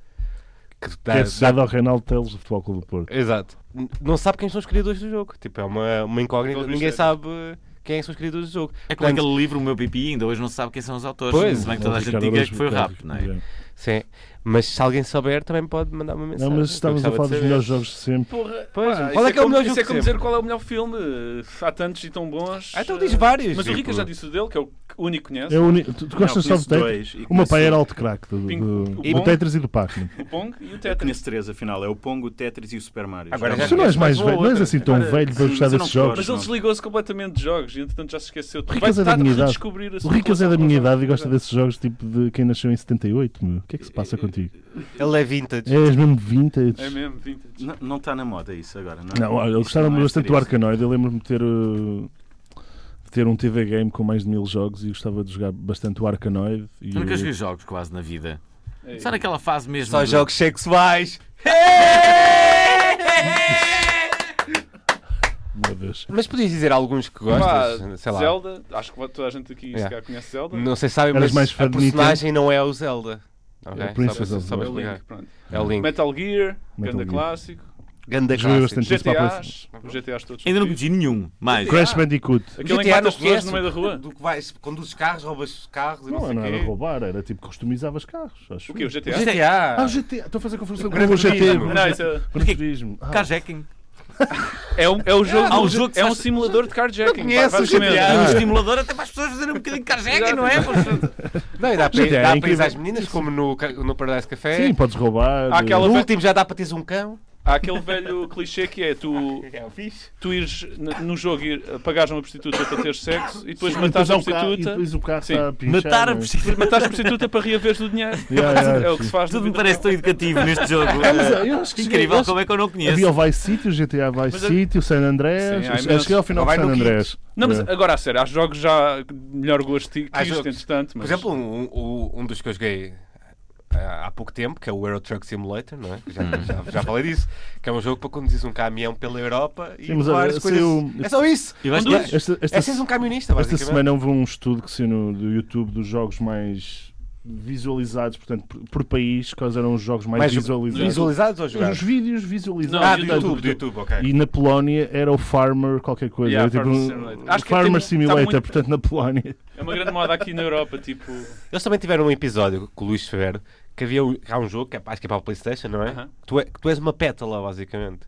[SPEAKER 4] Que dá-
[SPEAKER 2] Que é
[SPEAKER 4] dá-
[SPEAKER 2] associado ao Reinaldo Teles do Futebol Clube do Porto.
[SPEAKER 4] Exato. N- Não sabe quem são os criadores do jogo. Tipo, é uma, uma incógnita.
[SPEAKER 6] Todo
[SPEAKER 4] Ninguém
[SPEAKER 6] mistério.
[SPEAKER 4] sabe quem são os criadores do jogo.
[SPEAKER 1] É como
[SPEAKER 4] Portanto,
[SPEAKER 1] aquele livro, O Meu Pipi, ainda hoje não se sabe quem são os autores.
[SPEAKER 4] Pois, é um
[SPEAKER 1] se bem que É, toda a
[SPEAKER 2] O
[SPEAKER 1] gente
[SPEAKER 2] Ricardo
[SPEAKER 1] diga
[SPEAKER 2] Araújo
[SPEAKER 1] que foi o
[SPEAKER 2] Ricardo,
[SPEAKER 1] rap, não é?
[SPEAKER 4] Sim. Mas se alguém souber, também pode mandar uma mensagem.
[SPEAKER 2] Não, mas
[SPEAKER 4] Eu
[SPEAKER 2] estávamos a
[SPEAKER 4] gostava
[SPEAKER 2] falar dos
[SPEAKER 4] de saber.
[SPEAKER 2] melhores jogos de sempre.
[SPEAKER 6] Porra,
[SPEAKER 4] Pois,
[SPEAKER 6] pá,
[SPEAKER 4] qual
[SPEAKER 6] isso
[SPEAKER 4] é que é o
[SPEAKER 6] como-
[SPEAKER 4] melhor
[SPEAKER 6] Isso
[SPEAKER 4] jogo
[SPEAKER 6] é como
[SPEAKER 4] de
[SPEAKER 6] dizer
[SPEAKER 4] sempre?
[SPEAKER 6] qual é o melhor filme. Há tantos e tão bons.
[SPEAKER 4] Ah, então
[SPEAKER 6] Ah,
[SPEAKER 4] diz vários.
[SPEAKER 6] Mas o Rica
[SPEAKER 4] tipo.
[SPEAKER 6] já disse o dele, que é o único que conhece.
[SPEAKER 2] É o único- Tu, tu gostas só
[SPEAKER 7] conheço
[SPEAKER 2] do Tetris?
[SPEAKER 7] dois. e
[SPEAKER 2] O meu pai
[SPEAKER 7] conheço-
[SPEAKER 2] era alto crack do,
[SPEAKER 6] Ping-
[SPEAKER 2] do,
[SPEAKER 6] o
[SPEAKER 2] do
[SPEAKER 6] bom-
[SPEAKER 2] Tetris e do Pac-Man.
[SPEAKER 6] O Pong e o
[SPEAKER 7] Eu
[SPEAKER 6] Tetris.
[SPEAKER 7] conheço três, afinal. É o Pongo, o Tetris e o Super Mario.
[SPEAKER 4] Agora
[SPEAKER 7] Já
[SPEAKER 4] já
[SPEAKER 2] Tu não és mais velho, não és assim tão
[SPEAKER 7] Agora-
[SPEAKER 2] velho para
[SPEAKER 7] Sim,
[SPEAKER 2] gostar
[SPEAKER 7] mas eu
[SPEAKER 2] desses
[SPEAKER 7] não
[SPEAKER 2] jogos.
[SPEAKER 6] Mas
[SPEAKER 7] gosto.
[SPEAKER 6] ele desligou-se completamente de jogos e entretanto já se esqueceu. Tu
[SPEAKER 2] O
[SPEAKER 6] vais
[SPEAKER 2] Ricas é da
[SPEAKER 6] estar
[SPEAKER 2] minha
[SPEAKER 6] a
[SPEAKER 2] idade.
[SPEAKER 6] redescobrir a
[SPEAKER 2] O
[SPEAKER 6] sua
[SPEAKER 2] Ricas é da
[SPEAKER 6] relação
[SPEAKER 2] minha
[SPEAKER 6] com os
[SPEAKER 2] idade e
[SPEAKER 6] jogos.
[SPEAKER 2] gosta desses jogos tipo de quem nasceu em 78, meu. O que é que se passa contigo?
[SPEAKER 4] Ele é vintage.
[SPEAKER 2] És mesmo vintage.
[SPEAKER 6] É mesmo, vintage.
[SPEAKER 7] Não- Não está na moda isso agora, não é?
[SPEAKER 2] Não, olha, eu
[SPEAKER 7] Isso
[SPEAKER 2] gostava
[SPEAKER 7] não é
[SPEAKER 2] bastante do
[SPEAKER 7] triste.
[SPEAKER 2] Arcanoid. Eu lembro-me de ter, uh, de ter um TV game com mais de mil jogos e gostava de jogar bastante o Arcanoid. E
[SPEAKER 1] Eu nunca joguei
[SPEAKER 2] o...
[SPEAKER 1] jogos quase na vida.
[SPEAKER 6] É.
[SPEAKER 1] Só naquela fase mesmo.
[SPEAKER 4] Só
[SPEAKER 2] Uhum.
[SPEAKER 1] do-
[SPEAKER 4] jogos
[SPEAKER 2] (laughs)
[SPEAKER 4] sexuais.
[SPEAKER 2] Meu Deus.
[SPEAKER 4] Mas podias dizer alguns que
[SPEAKER 6] Pá,
[SPEAKER 4] gostas, sei lá.
[SPEAKER 6] Zelda, acho que toda a gente aqui se
[SPEAKER 4] Yeah.
[SPEAKER 6] calhar conhece Zelda.
[SPEAKER 4] Não sei se sabem,
[SPEAKER 2] Eras
[SPEAKER 4] mas
[SPEAKER 2] mais fã
[SPEAKER 4] a
[SPEAKER 2] de Nintendo?
[SPEAKER 4] personagem não é o Zelda. Ok?
[SPEAKER 2] É o Princess
[SPEAKER 4] Só-
[SPEAKER 2] of
[SPEAKER 4] só
[SPEAKER 6] É
[SPEAKER 4] para
[SPEAKER 2] Zelda.
[SPEAKER 6] o Link,
[SPEAKER 4] explicar.
[SPEAKER 6] pronto.
[SPEAKER 4] É o Link.
[SPEAKER 6] Metal Gear,
[SPEAKER 2] Metal
[SPEAKER 6] grande
[SPEAKER 2] Gear.
[SPEAKER 6] clássico.
[SPEAKER 4] Ganda
[SPEAKER 2] Joguei
[SPEAKER 4] clássico.
[SPEAKER 2] bastante isso para a PlayStation.
[SPEAKER 6] GTAs, os GTAs todos.
[SPEAKER 1] Ainda não
[SPEAKER 6] conhecidos.
[SPEAKER 1] conheci nenhum. Mais.
[SPEAKER 2] Crash Bandicoot.
[SPEAKER 6] Aquele em que
[SPEAKER 4] GTA
[SPEAKER 6] mata
[SPEAKER 4] não
[SPEAKER 6] as pessoas
[SPEAKER 4] esquece
[SPEAKER 6] no meio da rua.
[SPEAKER 4] Do que vais, conduzes carros, roubas carros e não,
[SPEAKER 2] Não,
[SPEAKER 4] sei
[SPEAKER 2] não era
[SPEAKER 4] quê.
[SPEAKER 2] roubar, era tipo customizavas carros. Acho.
[SPEAKER 6] O quê? O GTA?
[SPEAKER 4] GTA.
[SPEAKER 2] Ah, o GTA. Estou a fazer confusão com
[SPEAKER 4] Gran
[SPEAKER 2] o GTA.
[SPEAKER 4] Turismo.
[SPEAKER 2] meu.
[SPEAKER 6] Não, isso é-
[SPEAKER 2] Gran Turismo. Ah,
[SPEAKER 1] Carjacking.
[SPEAKER 6] É um, é o jogo,
[SPEAKER 1] Há um
[SPEAKER 6] do-
[SPEAKER 1] jogo que
[SPEAKER 6] é
[SPEAKER 1] se
[SPEAKER 6] um
[SPEAKER 1] faz-
[SPEAKER 6] simulador de carjacking.
[SPEAKER 4] Não conheces
[SPEAKER 6] pá,
[SPEAKER 4] o GTA.
[SPEAKER 1] E
[SPEAKER 6] basicamente.
[SPEAKER 1] um
[SPEAKER 4] Ah.
[SPEAKER 1] estimulador até para as pessoas fazerem um bocadinho de carjacking, não é? Porque-
[SPEAKER 4] Não, e dá para,
[SPEAKER 2] GTA é
[SPEAKER 4] dá para ir
[SPEAKER 2] incrível.
[SPEAKER 4] às meninas, como no, ca- no Paradise Café.
[SPEAKER 2] Sim, podes roubar. eh,
[SPEAKER 6] Há aquela-
[SPEAKER 4] No último já dá para teres um cão.
[SPEAKER 6] Há aquele velho clichê que é tu, tu ires n- no jogo ir, pagares uma prostituta para ter sexo e depois
[SPEAKER 2] Sim,
[SPEAKER 6] matares a
[SPEAKER 2] depois há um carro- E
[SPEAKER 6] prostituta.
[SPEAKER 2] depois o carro
[SPEAKER 6] Sim.
[SPEAKER 2] está a pinchar.
[SPEAKER 1] Matar a
[SPEAKER 2] não é?
[SPEAKER 1] pessoa.
[SPEAKER 6] Matares a prostituta para reaveres do dinheiro.
[SPEAKER 2] Yeah, yeah.
[SPEAKER 6] (laughs) É o que se faz. na
[SPEAKER 1] Tudo me
[SPEAKER 6] vida
[SPEAKER 1] parece tão educativo neste jogo.
[SPEAKER 2] mas eu acho que- eu
[SPEAKER 1] Incrível
[SPEAKER 2] acho-
[SPEAKER 1] como é que eu não
[SPEAKER 2] Havia
[SPEAKER 1] conheço.
[SPEAKER 2] o Vice City, o GTA Vice
[SPEAKER 6] Mas a-
[SPEAKER 2] City, o San Andrés.
[SPEAKER 6] Sim, há
[SPEAKER 2] acho
[SPEAKER 6] imensos.
[SPEAKER 2] que é ao final do
[SPEAKER 4] Vai
[SPEAKER 2] San
[SPEAKER 4] no Kit.
[SPEAKER 2] Andrés.
[SPEAKER 6] Não, mas
[SPEAKER 2] É.
[SPEAKER 6] agora a sério, há jogos já de melhor gosto que
[SPEAKER 4] Há
[SPEAKER 6] isto,
[SPEAKER 4] jogos.
[SPEAKER 6] entretanto.
[SPEAKER 4] Por
[SPEAKER 6] Mas...
[SPEAKER 4] exemplo, um, um, um dos que eu joguei ah, há pouco tempo, que é o Euro Truck Simulator, não é? Já,
[SPEAKER 1] Hum.
[SPEAKER 4] já, já falei disso. Que é um jogo para conduzires um caminhão pela Europa e
[SPEAKER 2] Sim, mas
[SPEAKER 4] levares
[SPEAKER 2] olha,
[SPEAKER 4] coisas.
[SPEAKER 2] saiu-
[SPEAKER 4] É só isso.
[SPEAKER 1] E vais-
[SPEAKER 4] Conduzes.
[SPEAKER 2] Esta, esta,
[SPEAKER 4] É seres um camionista,
[SPEAKER 2] esta
[SPEAKER 4] basicamente.
[SPEAKER 2] semana houve um estudo que saiu no, do YouTube dos jogos mais visualizados, portanto, por, por país, quais eram os jogos mais,
[SPEAKER 4] Mais
[SPEAKER 2] visualizados.
[SPEAKER 4] Visualizados ou
[SPEAKER 2] é Os
[SPEAKER 4] jogados?
[SPEAKER 2] vídeos
[SPEAKER 6] Não,
[SPEAKER 2] visualizados.
[SPEAKER 6] do
[SPEAKER 4] Ah, do
[SPEAKER 6] YouTube,
[SPEAKER 4] YouTube, do YouTube, ok.
[SPEAKER 2] E na Polónia era o Farmer qualquer coisa.
[SPEAKER 6] Yeah,
[SPEAKER 2] era tipo
[SPEAKER 6] Farmer
[SPEAKER 2] um-
[SPEAKER 6] Simulator. Acho que
[SPEAKER 2] Farmer
[SPEAKER 6] tem- tá
[SPEAKER 2] Simulator,
[SPEAKER 6] muito-
[SPEAKER 2] portanto, na Polónia.
[SPEAKER 6] É uma grande moda aqui na Europa, tipo.
[SPEAKER 4] Eles também tiveram um episódio com o Luís Ferreira que havia um, há um jogo, que é, acho que é para o Playstation, não é?
[SPEAKER 6] Aham.
[SPEAKER 4] Que tu, é- que tu és uma pétala, basicamente.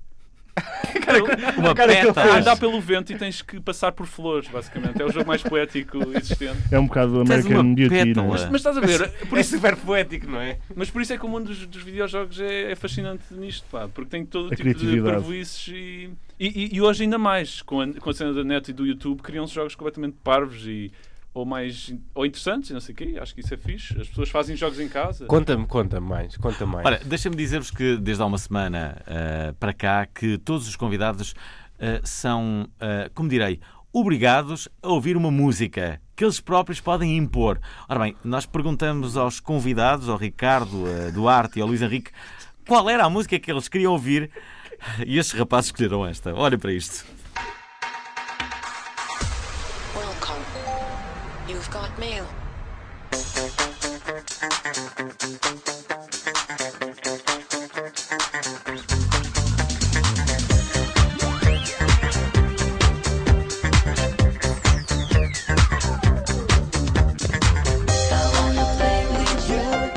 [SPEAKER 1] Uma
[SPEAKER 4] cara que ele
[SPEAKER 1] pétala. (laughs)
[SPEAKER 4] fez.
[SPEAKER 6] Andar pelo vento e tens que passar por flores, basicamente. É o jogo mais poético existente.
[SPEAKER 2] É um bocado
[SPEAKER 1] Tu és
[SPEAKER 2] American
[SPEAKER 1] uma
[SPEAKER 2] Beauty,
[SPEAKER 1] pétala.
[SPEAKER 2] não é?
[SPEAKER 1] Mas-
[SPEAKER 6] Mas estás a ver, por
[SPEAKER 4] É
[SPEAKER 6] isso,
[SPEAKER 4] super poético,
[SPEAKER 1] (laughs)
[SPEAKER 4] não é?
[SPEAKER 6] mas por isso é que o mundo dos, dos videojogos é, é fascinante nisto, pá, porque tem todo o
[SPEAKER 2] A
[SPEAKER 6] tipo de
[SPEAKER 2] criatividade.
[SPEAKER 6] parvoices e, e, e- e hoje ainda mais, com a, com a cena da net e do YouTube, criam-se jogos completamente parvos e ou mais ou interessantes, não sei o quê. Acho que isso é fixe. As pessoas fazem jogos em casa.
[SPEAKER 4] Conta-me, conta-me mais, conta mais.
[SPEAKER 1] Olha, deixa-me dizer-vos que desde há uma semana eh, para cá que todos os convidados eh, são, eh, como direi, obrigados a ouvir uma música que eles próprios podem impor. Ora bem, nós perguntamos aos convidados, ao Ricardo, a Duarte e ao Luís Henrique, qual era a música que eles queriam ouvir e estes rapazes escolheram esta. Olha para isto.
[SPEAKER 8] Welcome. You've got mail. I wanna play with you.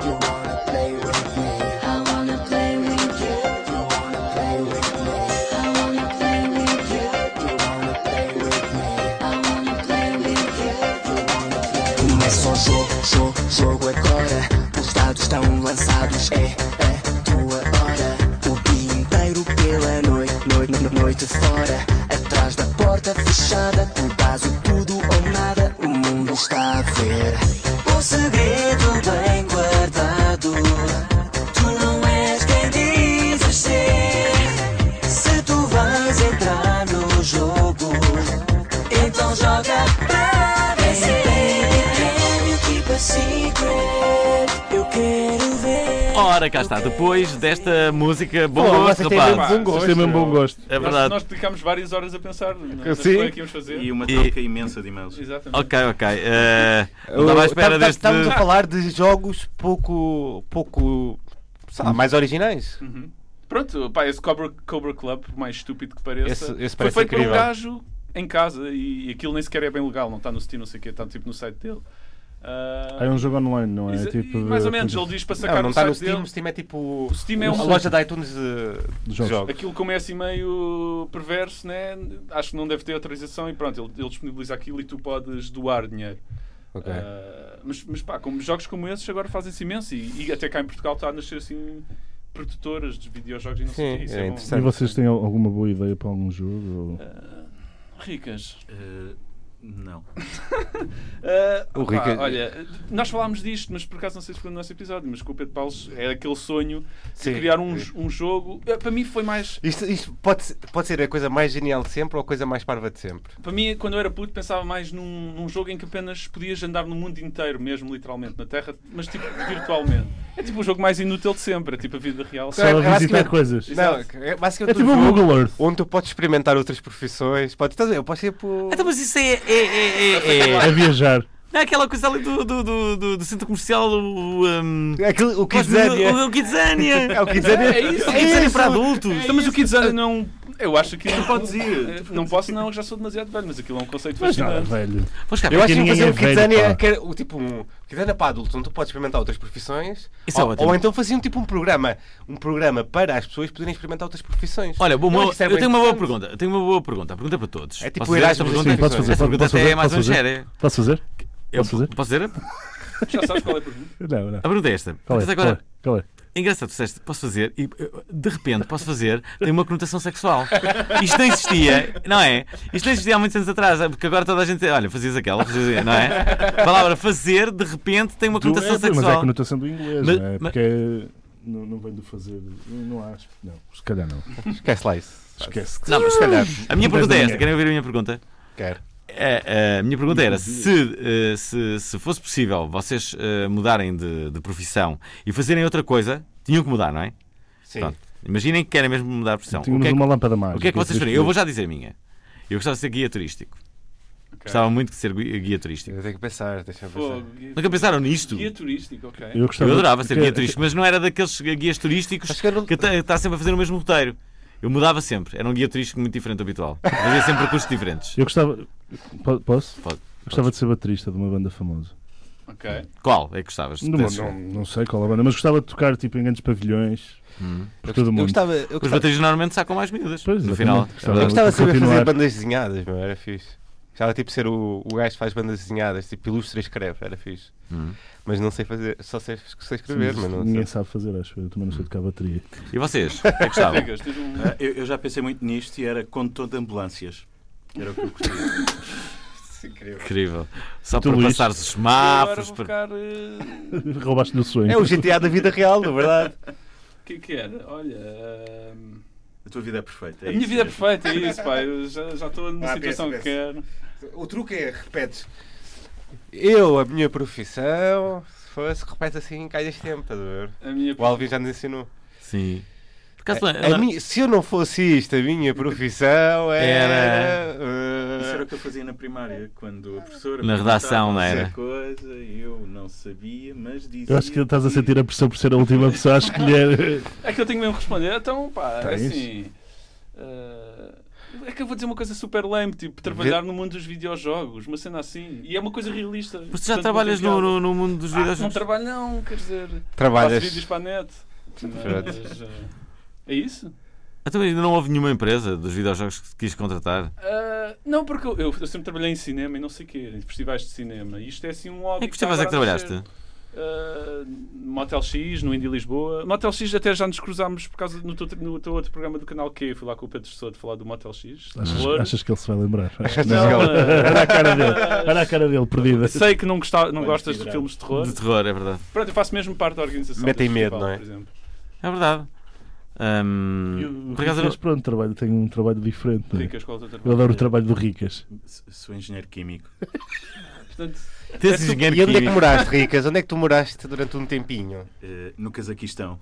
[SPEAKER 8] You wanna play with me. I wanna play with you. You wanna play with me. I wanna play with you. You wanna play with me. I wanna play with you. You wanna play with me.
[SPEAKER 9] Começou o jogo, jogo, jogo agora. Os dados estão lançados, é, é tua hora. O dia inteiro pela noite, noite, noite, noite fora. Atrás da porta fechada, tu dás o tudo ou nada. O mundo está a ver. Um segredo bem guardado. Tu não és quem dizes ser. Se tu vais entrar no jogo. Então joga pra vencer. Can you keep a secret? Eu quero ver.
[SPEAKER 1] Ora, cá está. Depois desta música, bom
[SPEAKER 4] Pô,
[SPEAKER 1] gosto,
[SPEAKER 4] vocês têm mesmo
[SPEAKER 1] rapaz.
[SPEAKER 4] bom
[SPEAKER 2] Vocês
[SPEAKER 4] gosto.
[SPEAKER 2] têm mesmo bom gosto.
[SPEAKER 1] É
[SPEAKER 6] Nós,
[SPEAKER 1] verdade.
[SPEAKER 6] nós dedicámos várias horas a pensar. Não,
[SPEAKER 4] Eu
[SPEAKER 6] sei
[SPEAKER 4] sim.
[SPEAKER 6] qual é que íamos fazer.
[SPEAKER 7] E uma troca imensa de e-mails.
[SPEAKER 6] Exatamente.
[SPEAKER 1] Ok, ok. Eh, não estava à espera
[SPEAKER 4] Tá- tá-
[SPEAKER 1] deste.
[SPEAKER 4] Estamos a falar de jogos pouco. pouco. sei
[SPEAKER 6] Hum.
[SPEAKER 4] lá, mais originais.
[SPEAKER 6] Pronto, pá, esse Cobra, Cobra Club, por mais estúpido que
[SPEAKER 4] Esse-
[SPEAKER 6] pareça,
[SPEAKER 4] esse
[SPEAKER 6] foi
[SPEAKER 4] parece
[SPEAKER 6] feito por um
[SPEAKER 4] incrível.
[SPEAKER 6] gajo em casa e, e aquilo nem sequer é bem legal, não está no Steam, não sei o quê, está tipo no site dele. Ah,
[SPEAKER 2] Ah, É um jogo online, não é?
[SPEAKER 6] exa-
[SPEAKER 2] tipo,
[SPEAKER 6] e mais ou
[SPEAKER 2] eh,
[SPEAKER 6] menos,
[SPEAKER 2] tudo-
[SPEAKER 6] ele diz para sacar
[SPEAKER 4] Não,
[SPEAKER 6] no
[SPEAKER 4] não está
[SPEAKER 6] site
[SPEAKER 4] no Steam.
[SPEAKER 6] dele.
[SPEAKER 4] Steam é tipo.
[SPEAKER 6] O Steam é
[SPEAKER 4] uma
[SPEAKER 6] um-
[SPEAKER 4] loja da iTunes de, de
[SPEAKER 2] jogos.
[SPEAKER 4] jogos.
[SPEAKER 6] Aquilo como é assim meio perverso, né? acho que não deve ter autorização e pronto, ele, ele disponibiliza aquilo e tu podes doar dinheiro.
[SPEAKER 4] Ok.
[SPEAKER 6] Ah, mas, mas pá, como, jogos como esses agora fazem-se imenso e, e até cá em Portugal está a nascer assim produtoras de videojogos e não sei o
[SPEAKER 4] Sim,
[SPEAKER 6] quê. Isso
[SPEAKER 4] é
[SPEAKER 6] é, bom.
[SPEAKER 4] interessante.
[SPEAKER 2] E vocês têm al- alguma boa ideia para algum jogo? Ou...
[SPEAKER 1] É.
[SPEAKER 6] Ricas.
[SPEAKER 7] Eh,
[SPEAKER 6] (laughs)
[SPEAKER 7] não.
[SPEAKER 6] Ah,
[SPEAKER 4] O
[SPEAKER 6] pá,
[SPEAKER 4] Rica-
[SPEAKER 6] Olha, nós falámos disto, mas por acaso não sei se foi no nosso episódio, mas com o Pedro Paulo é aquele sonho
[SPEAKER 4] Sim.
[SPEAKER 6] de criar um, um jogo. Eh, Para mim foi mais.
[SPEAKER 4] Isto, isto pode, ser- pode ser a coisa mais genial de sempre ou a coisa mais parva de sempre.
[SPEAKER 6] Para mim, quando eu era puto, pensava mais num, num jogo em que apenas podias andar no mundo inteiro, mesmo literalmente na Terra, mas tipo virtualmente. É tipo o jogo mais inútil de sempre, é tipo a vida real.
[SPEAKER 2] Só
[SPEAKER 4] é- é
[SPEAKER 2] a visitar
[SPEAKER 4] basicamente-
[SPEAKER 2] coisas.
[SPEAKER 4] Não,
[SPEAKER 6] Exato.
[SPEAKER 4] é basicamente
[SPEAKER 2] É tipo
[SPEAKER 4] um
[SPEAKER 2] o
[SPEAKER 4] jogo
[SPEAKER 2] Google Earth.
[SPEAKER 4] onde tu podes experimentar outras profissões. Podes, estás a ver? Eu posso ir por.
[SPEAKER 1] Então, mas isso é. é, é, é, é...
[SPEAKER 2] A viajar.
[SPEAKER 1] Não é aquela coisa ali do, do, do, do- do centro comercial. O, um...
[SPEAKER 4] É Aquilo, o
[SPEAKER 1] Mas
[SPEAKER 4] Kidzania.
[SPEAKER 1] o- o- o Kidzania.
[SPEAKER 4] (laughs) É o É Kidzania.
[SPEAKER 6] É isso.
[SPEAKER 1] O Kidzania para adultos.
[SPEAKER 6] Então, mas o Kidzania não. Eu acho que não eh,
[SPEAKER 7] Podes ir.
[SPEAKER 6] Não posso, não, já sou demasiado velho, mas aquilo é um conceito
[SPEAKER 2] Mas nada,
[SPEAKER 6] fascinante.
[SPEAKER 2] velho.
[SPEAKER 1] Pois cá,
[SPEAKER 4] Eu acho que
[SPEAKER 2] Porque
[SPEAKER 4] vou fazer
[SPEAKER 2] ninguém
[SPEAKER 4] um
[SPEAKER 2] é velho,
[SPEAKER 4] Kidzania,
[SPEAKER 2] pá.
[SPEAKER 4] que era o tipo um Kidzania para adultos, onde tu podes experimentar outras profissões.
[SPEAKER 1] Isso é
[SPEAKER 4] ou,
[SPEAKER 1] ótimo.
[SPEAKER 4] ou então faziam tipo um programa, um programa para as pessoas poderem experimentar outras profissões.
[SPEAKER 1] Olha, bom,
[SPEAKER 4] acho
[SPEAKER 1] eu,
[SPEAKER 4] que isso é bem
[SPEAKER 1] tenho uma boa
[SPEAKER 4] interessante.
[SPEAKER 1] pergunta. Eu tenho uma boa pergunta. A pergunta é para todos.
[SPEAKER 4] É tipo
[SPEAKER 1] Posso fazer esta
[SPEAKER 4] Erasmus,
[SPEAKER 1] pergunta?
[SPEAKER 4] sim, posso fazer,
[SPEAKER 1] Essa
[SPEAKER 2] posso
[SPEAKER 1] pergunta
[SPEAKER 2] fazer,
[SPEAKER 1] até é mais ou
[SPEAKER 2] posso
[SPEAKER 1] menos
[SPEAKER 2] fazer.
[SPEAKER 1] séria.
[SPEAKER 2] Posso fazer?
[SPEAKER 1] Eu
[SPEAKER 2] Posso fazer?
[SPEAKER 1] posso dizer? A
[SPEAKER 6] Já sabes qual é a pergunta?
[SPEAKER 2] Não, não.
[SPEAKER 1] pergunta é esta.
[SPEAKER 2] Qual
[SPEAKER 1] Portanto,
[SPEAKER 2] é? Qual
[SPEAKER 1] agora,
[SPEAKER 2] é? Qual é?
[SPEAKER 1] engraçado, tu disseste, posso fazer, e eh, de repente, posso fazer, tem uma conotação sexual. Isto não existia, não é? Isto não existia há muitos anos atrás, porque agora toda a gente. Olha, fazias aquela, fazias, aquela, não é? A palavra fazer, de repente, tem uma
[SPEAKER 2] Do-
[SPEAKER 1] conotação
[SPEAKER 2] é, Mas é a
[SPEAKER 1] sexual.
[SPEAKER 2] conotação do inglês,
[SPEAKER 1] Mas-
[SPEAKER 2] não é?
[SPEAKER 1] mas-
[SPEAKER 2] Porque é- não, não vem do fazer. Não, não acho. Não, se calhar não.
[SPEAKER 4] Esquece lá isso.
[SPEAKER 2] Esquece.
[SPEAKER 1] Não, mas
[SPEAKER 4] Se calhar.
[SPEAKER 1] a minha pergunta é esta,
[SPEAKER 2] ninguém.
[SPEAKER 1] querem ouvir a minha pergunta?
[SPEAKER 4] Quer.
[SPEAKER 1] É, é, a minha pergunta era se, eh, se, se fosse possível vocês eh, mudarem de, de profissão e fazerem outra coisa, tinham que mudar, não é?
[SPEAKER 4] Sim.
[SPEAKER 1] Pronto. Imaginem que querem mesmo mudar de profissão. O
[SPEAKER 2] Tínhamos
[SPEAKER 1] que, é que,
[SPEAKER 2] uma lâmpada mágica.
[SPEAKER 1] o que é que vocês
[SPEAKER 2] Este-
[SPEAKER 1] fariam? Eu vou já dizer a minha. Eu gostava de ser guia turístico. Gostava muito de ser guia, guia turístico.
[SPEAKER 4] Eu tenho que pensar, deixa-me
[SPEAKER 6] Fogo.
[SPEAKER 4] pensar.
[SPEAKER 1] Nunca pensaram nisto?
[SPEAKER 6] Guia turístico, ok.
[SPEAKER 2] Eu, gostava-
[SPEAKER 1] Eu adorava ser
[SPEAKER 2] porque-
[SPEAKER 1] guia turístico, mas não era daqueles guias turísticos
[SPEAKER 4] Acho que eu não-
[SPEAKER 1] que está sempre a fazer o mesmo roteiro. Eu mudava sempre. Era um guia turístico muito diferente do habitual. Fazia sempre
[SPEAKER 2] (laughs)
[SPEAKER 1] percursos diferentes.
[SPEAKER 2] Eu gostava. Po- Posso?
[SPEAKER 1] Pode.
[SPEAKER 2] Eu Gostava de ser baterista de uma banda famosa.
[SPEAKER 6] Ok.
[SPEAKER 1] Qual é que gostavas? de
[SPEAKER 2] Não,
[SPEAKER 1] ter?
[SPEAKER 2] não, não sei qual é a banda, mas gostava de tocar tipo, em grandes pavilhões por todo o
[SPEAKER 4] Eu
[SPEAKER 2] mundo.
[SPEAKER 4] gostava, eu
[SPEAKER 1] Os
[SPEAKER 4] gostava,
[SPEAKER 1] baterias normalmente sacam mais miúdas.
[SPEAKER 2] Pois,
[SPEAKER 1] no
[SPEAKER 2] exatamente. É
[SPEAKER 1] final.
[SPEAKER 2] Gostava-
[SPEAKER 4] eu gostava de saber
[SPEAKER 2] Continuar.
[SPEAKER 4] fazer bandas desenhadas, meu, era fixe. Gostava tipo ser o, o gajo que faz bandas desenhadas, tipo ilustra e escreve, era fixe.
[SPEAKER 1] Hum.
[SPEAKER 4] Mas não sei fazer, só sei, sei escrever, mas não
[SPEAKER 2] Ninguém
[SPEAKER 4] sei.
[SPEAKER 2] sabe fazer, acho. Eu também não sei tocar bateria. (laughs)
[SPEAKER 1] E vocês? O que é que
[SPEAKER 6] (laughs)
[SPEAKER 1] gostavam?
[SPEAKER 6] Ricas, tens um.
[SPEAKER 7] Ah, Eu, eu já pensei muito nisto e era condutor de ambulâncias. Era o que eu gostaria.
[SPEAKER 4] Incrível.
[SPEAKER 1] Incrível. Só
[SPEAKER 2] Tu,
[SPEAKER 1] para
[SPEAKER 2] Luís?
[SPEAKER 1] passar os
[SPEAKER 6] Agora
[SPEAKER 1] semáforos.
[SPEAKER 6] vou
[SPEAKER 1] para-
[SPEAKER 6] ficar. eh,
[SPEAKER 2] Roubaste-lhe o sonho.
[SPEAKER 4] É o GTA da vida real, na verdade.
[SPEAKER 6] O que é que era? Olha. ahm,
[SPEAKER 7] A tua vida é perfeita. é
[SPEAKER 6] a minha
[SPEAKER 7] isso
[SPEAKER 6] vida é
[SPEAKER 7] mesmo.
[SPEAKER 6] perfeita, é isso, pá. Eu já já estou numa
[SPEAKER 4] Ah,
[SPEAKER 6] situação
[SPEAKER 4] pensa,
[SPEAKER 6] que quero.
[SPEAKER 4] O truque é, repetes. Eu, a minha profissão, se fosse, repete assim, calhas tempo, estás a ver?
[SPEAKER 6] A minha.
[SPEAKER 4] O Alvin já nos ensinou.
[SPEAKER 1] Sim. Por
[SPEAKER 6] É,
[SPEAKER 1] acaso,
[SPEAKER 4] A- a
[SPEAKER 1] não-
[SPEAKER 4] minha- se eu não fosse isto, a minha profissão era.
[SPEAKER 1] Era-
[SPEAKER 4] eh,
[SPEAKER 7] Isso era o que eu fazia na primária, quando a professora
[SPEAKER 1] Na redação,
[SPEAKER 7] perguntava
[SPEAKER 1] não era?
[SPEAKER 7] qualquer coisa, eu não sabia, mas dizia.
[SPEAKER 2] Eu acho que estás a sentir a pressão por ser a última pessoa a
[SPEAKER 4] (laughs)
[SPEAKER 2] escolher.
[SPEAKER 6] É que eu tenho mesmo que responder, então, pá, é
[SPEAKER 2] Tens?
[SPEAKER 6] assim. ah, é que eu vou dizer uma coisa super lame, tipo, trabalhar no mundo dos videojogos, uma cena assim. E é uma coisa realista.
[SPEAKER 1] Mas tu já
[SPEAKER 6] portanto,
[SPEAKER 1] trabalhas
[SPEAKER 6] não tem
[SPEAKER 1] no,
[SPEAKER 6] piada.
[SPEAKER 1] no- no mundo dos
[SPEAKER 6] Ah, não
[SPEAKER 1] videojogos?
[SPEAKER 6] trabalho, não, quer dizer. Faço vídeos
[SPEAKER 4] Trabalhas.
[SPEAKER 6] para a net. Mas,
[SPEAKER 4] Pronto.
[SPEAKER 6] ah, é isso?
[SPEAKER 1] Então ainda não houve nenhuma empresa dos videojogos que te quis contratar.
[SPEAKER 6] Ah, não, porque eu, eu sempre trabalhei em cinema e não sei o quê, em festivais de cinema. E isto é assim um hobby.
[SPEAKER 1] Em que
[SPEAKER 6] está
[SPEAKER 1] festivais é que
[SPEAKER 6] agora a crescer.
[SPEAKER 1] trabalhaste?
[SPEAKER 6] Uh, Motel X, no Indy Lisboa. Motel X até já nos cruzámos por causa no teu, no teu outro programa do canal Q. Fui lá com o Pedro Souto falar do Motel X.
[SPEAKER 2] Achas,
[SPEAKER 6] Flor.
[SPEAKER 2] achas que ele se vai lembrar? (laughs)
[SPEAKER 6] Não, uh,
[SPEAKER 2] Olha a cara dele, olha a cara dele, (laughs) perdida.
[SPEAKER 6] sei que não, gosta, não
[SPEAKER 7] Olha,
[SPEAKER 6] gostas de
[SPEAKER 7] que
[SPEAKER 6] filmes de terror.
[SPEAKER 1] De terror, é verdade.
[SPEAKER 6] Pronto, eu faço mesmo parte da organização.
[SPEAKER 4] Metem
[SPEAKER 6] desse
[SPEAKER 4] medo,
[SPEAKER 6] festival,
[SPEAKER 4] não é?
[SPEAKER 6] Por exemplo.
[SPEAKER 1] É verdade. Ahm,
[SPEAKER 2] Eu-
[SPEAKER 1] por acaso, eu
[SPEAKER 2] Ricas, pronto, trabalho, tenho um trabalho diferente. não é?
[SPEAKER 6] Ricas, qual é o teu
[SPEAKER 2] Eu
[SPEAKER 6] trabalho?
[SPEAKER 2] adoro o trabalho do Ricas.
[SPEAKER 7] S- Sou engenheiro químico.
[SPEAKER 6] Portanto,
[SPEAKER 1] não- tens engenheiro
[SPEAKER 4] E onde é que
[SPEAKER 1] químico.
[SPEAKER 4] moraste, Ricas? Onde é que tu moraste durante um tempinho?
[SPEAKER 7] eh, no Cazaquistão.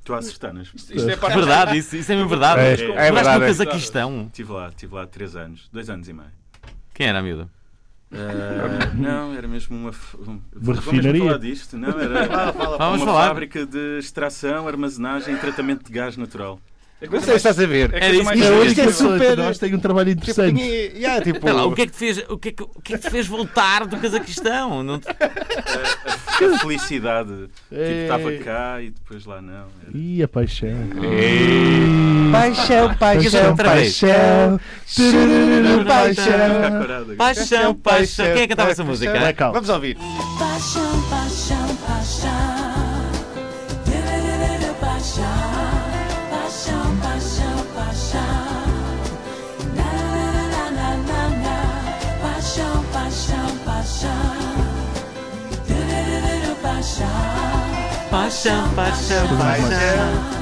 [SPEAKER 7] Estou a acertar nas.
[SPEAKER 6] isto, isto é
[SPEAKER 1] É
[SPEAKER 6] parte
[SPEAKER 1] verdade, isso, isso é mesmo verdade.
[SPEAKER 2] É,
[SPEAKER 7] é
[SPEAKER 1] Mas
[SPEAKER 4] verdade,
[SPEAKER 1] no
[SPEAKER 4] é.
[SPEAKER 1] Cazaquistão.
[SPEAKER 7] Estive lá, estive lá 3 anos, 2 anos e meio.
[SPEAKER 1] Quem era a miúda?
[SPEAKER 7] Eh, não, era mesmo uma. f- um-
[SPEAKER 2] refinaria?
[SPEAKER 7] Vamos falar disto, não? Era fala, fala, fala,
[SPEAKER 1] Vamos
[SPEAKER 7] uma
[SPEAKER 1] falar.
[SPEAKER 7] fábrica de extração, armazenagem e tratamento de gás natural.
[SPEAKER 6] É a
[SPEAKER 4] Não
[SPEAKER 6] coisa
[SPEAKER 4] sei se
[SPEAKER 6] mais-
[SPEAKER 4] estás a ver.
[SPEAKER 6] é a coisa
[SPEAKER 1] isso
[SPEAKER 6] mais
[SPEAKER 1] que eu
[SPEAKER 6] realista.
[SPEAKER 4] isto é
[SPEAKER 2] Pessoa que
[SPEAKER 4] super-
[SPEAKER 2] Nós tenho um trabalho
[SPEAKER 4] Tipo,
[SPEAKER 2] interessante.
[SPEAKER 4] tinha- yeah, (laughs) tipo,
[SPEAKER 1] Espera lá, o que é que te fez, o que é que, o que é que te fez voltar do Cazaquistão? Não te-
[SPEAKER 7] A felicidade. Tipo, estava
[SPEAKER 2] Ei.
[SPEAKER 7] cá e depois lá não. Era-
[SPEAKER 2] Ih, a paixão.
[SPEAKER 4] Paixão,
[SPEAKER 1] Paixão,
[SPEAKER 4] paixão, paixão. Chururu,
[SPEAKER 7] Ficar
[SPEAKER 4] paixão.
[SPEAKER 7] parado agora.
[SPEAKER 1] Paixão, paixão. Quem é que cantava essa música?
[SPEAKER 2] Blackout.
[SPEAKER 4] Vamos ouvir.
[SPEAKER 8] Paixão, paixão, paixão. Tererê, Paixão, paixão, paixão, paixão. Na, na, na, na, na. Paixão, paixão, paixão. Tererê, Paixão.
[SPEAKER 1] Paixão, paixão, paixão.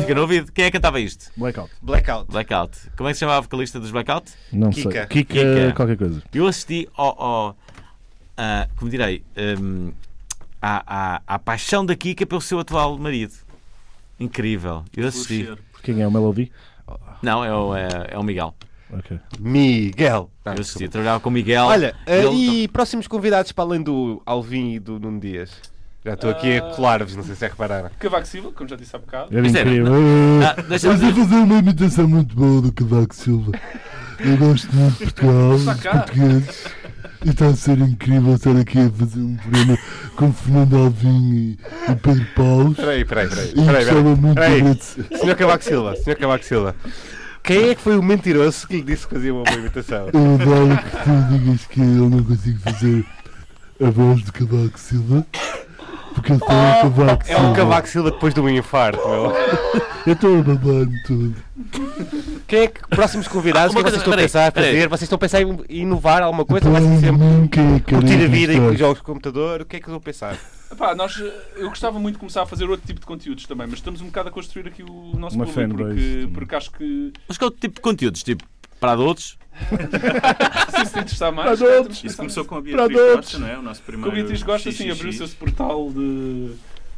[SPEAKER 1] Fica no ouvido. Quem é que cantava isto?
[SPEAKER 2] Blackout.
[SPEAKER 4] Blackout.
[SPEAKER 1] Blackout. Como é que se chamava a vocalista dos Blackout?
[SPEAKER 2] Não
[SPEAKER 4] Kika.
[SPEAKER 2] sei. Kika,
[SPEAKER 1] Kika.
[SPEAKER 2] qualquer coisa.
[SPEAKER 1] Eu assisti ao. ao- a- como direi? hum, à, à- à paixão da Kika pelo seu atual marido. Incrível. Eu assisti.
[SPEAKER 7] Florescer.
[SPEAKER 2] Quem é o Melody?
[SPEAKER 1] Não, é o, é, é o Miguel.
[SPEAKER 2] Ok.
[SPEAKER 4] Miguel. Não,
[SPEAKER 1] Tá, Eu assisti. Trabalhava com o Miguel.
[SPEAKER 4] Olha,
[SPEAKER 1] e ele-
[SPEAKER 4] e próximos convidados para além do Alvin e do Nuno Dias? Já estou aqui a colar-vos, não sei se é repararam.
[SPEAKER 6] Cavaco Silva, como já disse há bocado.
[SPEAKER 2] Era
[SPEAKER 1] Isto é-
[SPEAKER 2] incrível.
[SPEAKER 1] Ah, deixa-me
[SPEAKER 2] Mas eu
[SPEAKER 1] dizer-
[SPEAKER 2] fazer uma imitação muito boa do Cavaco Silva. Eu gosto muito de Portugal, dos
[SPEAKER 6] Está cá.
[SPEAKER 2] portugueses. E está a ser incrível estar aqui a fazer um programa com Fernando Alvim e, e Pedro Paulo.
[SPEAKER 4] Peraí, peraí, peraí.
[SPEAKER 2] E
[SPEAKER 4] peraí,
[SPEAKER 2] gostava é muito
[SPEAKER 4] peraí.
[SPEAKER 2] de agradecer.
[SPEAKER 4] Senhor Cavaco Silva, senhor Cavaco Silva. Quem é que foi o mentiroso que lhe disse que fazia uma boa
[SPEAKER 2] (laughs)
[SPEAKER 4] imitação?
[SPEAKER 2] Eu adoro que tu digas que eu não consigo fazer a voz de Cavaco Silva. Porque eu sou o Cavaco
[SPEAKER 4] É
[SPEAKER 2] Silva.
[SPEAKER 4] o Cavaco Silva depois de um infarto, meu.
[SPEAKER 2] Eu estou a babar-me tudo.
[SPEAKER 4] Quem é que, próximos convidados, o que
[SPEAKER 1] Uma
[SPEAKER 4] é que vocês
[SPEAKER 1] coisa,
[SPEAKER 4] estão a pensar a
[SPEAKER 1] peraí,
[SPEAKER 4] fazer? Vocês estão a pensar em inovar alguma coisa? Vai ser sempre curtir
[SPEAKER 2] Curtir
[SPEAKER 4] a vida e com jogos de computador? O que é que estão a pensar?
[SPEAKER 6] Epá, nós, eh, eu gostava muito de começar a fazer outro tipo de conteúdos também, mas estamos um bocado a construir aqui o nosso
[SPEAKER 2] Uma
[SPEAKER 6] público,
[SPEAKER 2] fanbase
[SPEAKER 6] porque,
[SPEAKER 2] também.
[SPEAKER 6] porque acho que
[SPEAKER 1] Mas qual tipo de conteúdos? Tipo, para adultos?
[SPEAKER 6] se isso te
[SPEAKER 2] (laughs)
[SPEAKER 6] interessar mais,
[SPEAKER 2] Para
[SPEAKER 6] temos que pensar
[SPEAKER 7] Isso começou
[SPEAKER 6] nisso.
[SPEAKER 7] com a
[SPEAKER 2] Para
[SPEAKER 7] Beatriz
[SPEAKER 2] todos.
[SPEAKER 7] Costa, não é? O nosso
[SPEAKER 6] Com
[SPEAKER 7] primeiro.
[SPEAKER 6] o Beatriz Gosta, sim,
[SPEAKER 7] XXX.
[SPEAKER 6] abriu o seu portal de,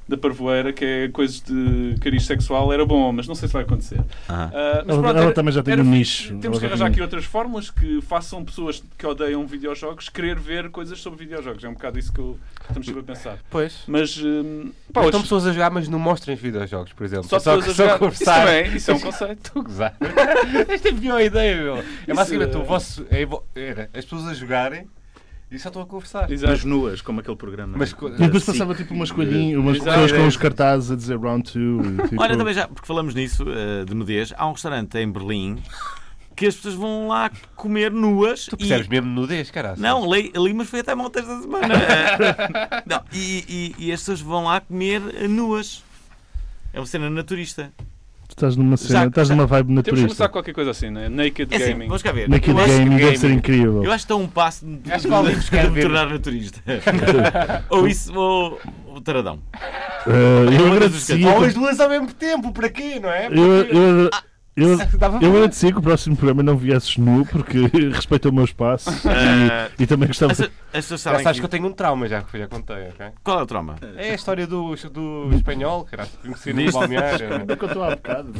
[SPEAKER 6] da Parvoeira, que é coisas de cariz sexual, era bom, mas não sei se vai acontecer.
[SPEAKER 1] Aham.
[SPEAKER 6] Ah, mas
[SPEAKER 2] Ela-
[SPEAKER 6] pronto,
[SPEAKER 2] ela
[SPEAKER 6] era-
[SPEAKER 2] também já tem
[SPEAKER 6] era
[SPEAKER 2] um
[SPEAKER 6] fixe.
[SPEAKER 2] nicho. Ela
[SPEAKER 6] Temos que
[SPEAKER 2] já
[SPEAKER 6] arranjar
[SPEAKER 2] tem-
[SPEAKER 6] aqui outras fórmulas que façam pessoas que odeiam videojogos querer ver coisas sobre videojogos. É um bocado isso que, eu, que estamos sempre a pensar.
[SPEAKER 4] Pois.
[SPEAKER 6] Mas, hum, pá,
[SPEAKER 4] Pá, estão
[SPEAKER 6] hoje-
[SPEAKER 4] pessoas a jogar, mas não mostrem os videojogos, por exemplo.
[SPEAKER 6] só
[SPEAKER 4] É
[SPEAKER 6] pessoas a
[SPEAKER 4] só
[SPEAKER 6] jogar. Isso
[SPEAKER 4] conversar.
[SPEAKER 6] também, isso
[SPEAKER 2] (laughs)
[SPEAKER 6] é um conceito.
[SPEAKER 2] Então,
[SPEAKER 4] Estou a (laughs) gozar. Esta é a pior ideia, meu. É basicamente o vosso. é vo- era as pessoas a jogarem e só estão a conversar.
[SPEAKER 6] Exato.
[SPEAKER 7] Nas nuas, como aquele programa.
[SPEAKER 4] Mas co-
[SPEAKER 2] E depois
[SPEAKER 7] Sim.
[SPEAKER 2] passava tipo umas coelhinhas, umas
[SPEAKER 6] Exato.
[SPEAKER 2] pessoas com os cartazes a dizer round 2. Tipo,
[SPEAKER 1] Olha, também já, porque falamos nisso, eh, de nudez, há um restaurante em Berlim que as pessoas vão lá comer nuas
[SPEAKER 4] Tu
[SPEAKER 1] e-
[SPEAKER 4] percebes mesmo nudez, caralho.
[SPEAKER 1] Não, li, li, mas foi até montes da
[SPEAKER 4] (laughs)
[SPEAKER 1] semana. Eh, não, e, e, e as pessoas vão lá comer eh, nuas. É uma cena naturista.
[SPEAKER 2] Tu estás numa cena,
[SPEAKER 6] Já-
[SPEAKER 2] estás
[SPEAKER 6] já-
[SPEAKER 2] numa vibe
[SPEAKER 6] Temos que começar
[SPEAKER 2] naturista.
[SPEAKER 6] qualquer coisa assim, né? Naked
[SPEAKER 1] É assim,
[SPEAKER 6] Gaming.
[SPEAKER 1] vamos cá ver.
[SPEAKER 2] Naked
[SPEAKER 1] eu, acho,
[SPEAKER 2] Gaming deve
[SPEAKER 4] gaming.
[SPEAKER 2] ser incrível.
[SPEAKER 1] eu acho que estou a um passo de, de,
[SPEAKER 4] Acho que alguém
[SPEAKER 1] de,
[SPEAKER 4] quer
[SPEAKER 1] me
[SPEAKER 4] ver.
[SPEAKER 1] tornar naturalista. (laughs) ou isso, ou o taradão.
[SPEAKER 2] Eh,
[SPEAKER 1] Uma
[SPEAKER 2] eu
[SPEAKER 1] das
[SPEAKER 2] agradecia.
[SPEAKER 1] duas
[SPEAKER 4] Ou as duas ao mesmo tempo, para quê, não é?
[SPEAKER 2] Eu, eu, eu,
[SPEAKER 1] Ah,
[SPEAKER 4] Dava
[SPEAKER 2] eu
[SPEAKER 4] para-
[SPEAKER 2] agradecia que o próximo programa não viesses nu, porque (laughs) respeita o meu espaço
[SPEAKER 1] Ah.
[SPEAKER 2] e, e também gostava.
[SPEAKER 1] As, as pessoas
[SPEAKER 4] Já
[SPEAKER 1] sabem
[SPEAKER 4] sabes
[SPEAKER 1] que...
[SPEAKER 4] que eu tenho um trauma, já, já contei, ok?
[SPEAKER 1] Qual é o trauma?
[SPEAKER 4] É a história do, do espanhol, caralho, que conheci no balneário. né?
[SPEAKER 1] eh,
[SPEAKER 2] Ainda contou há um bocado.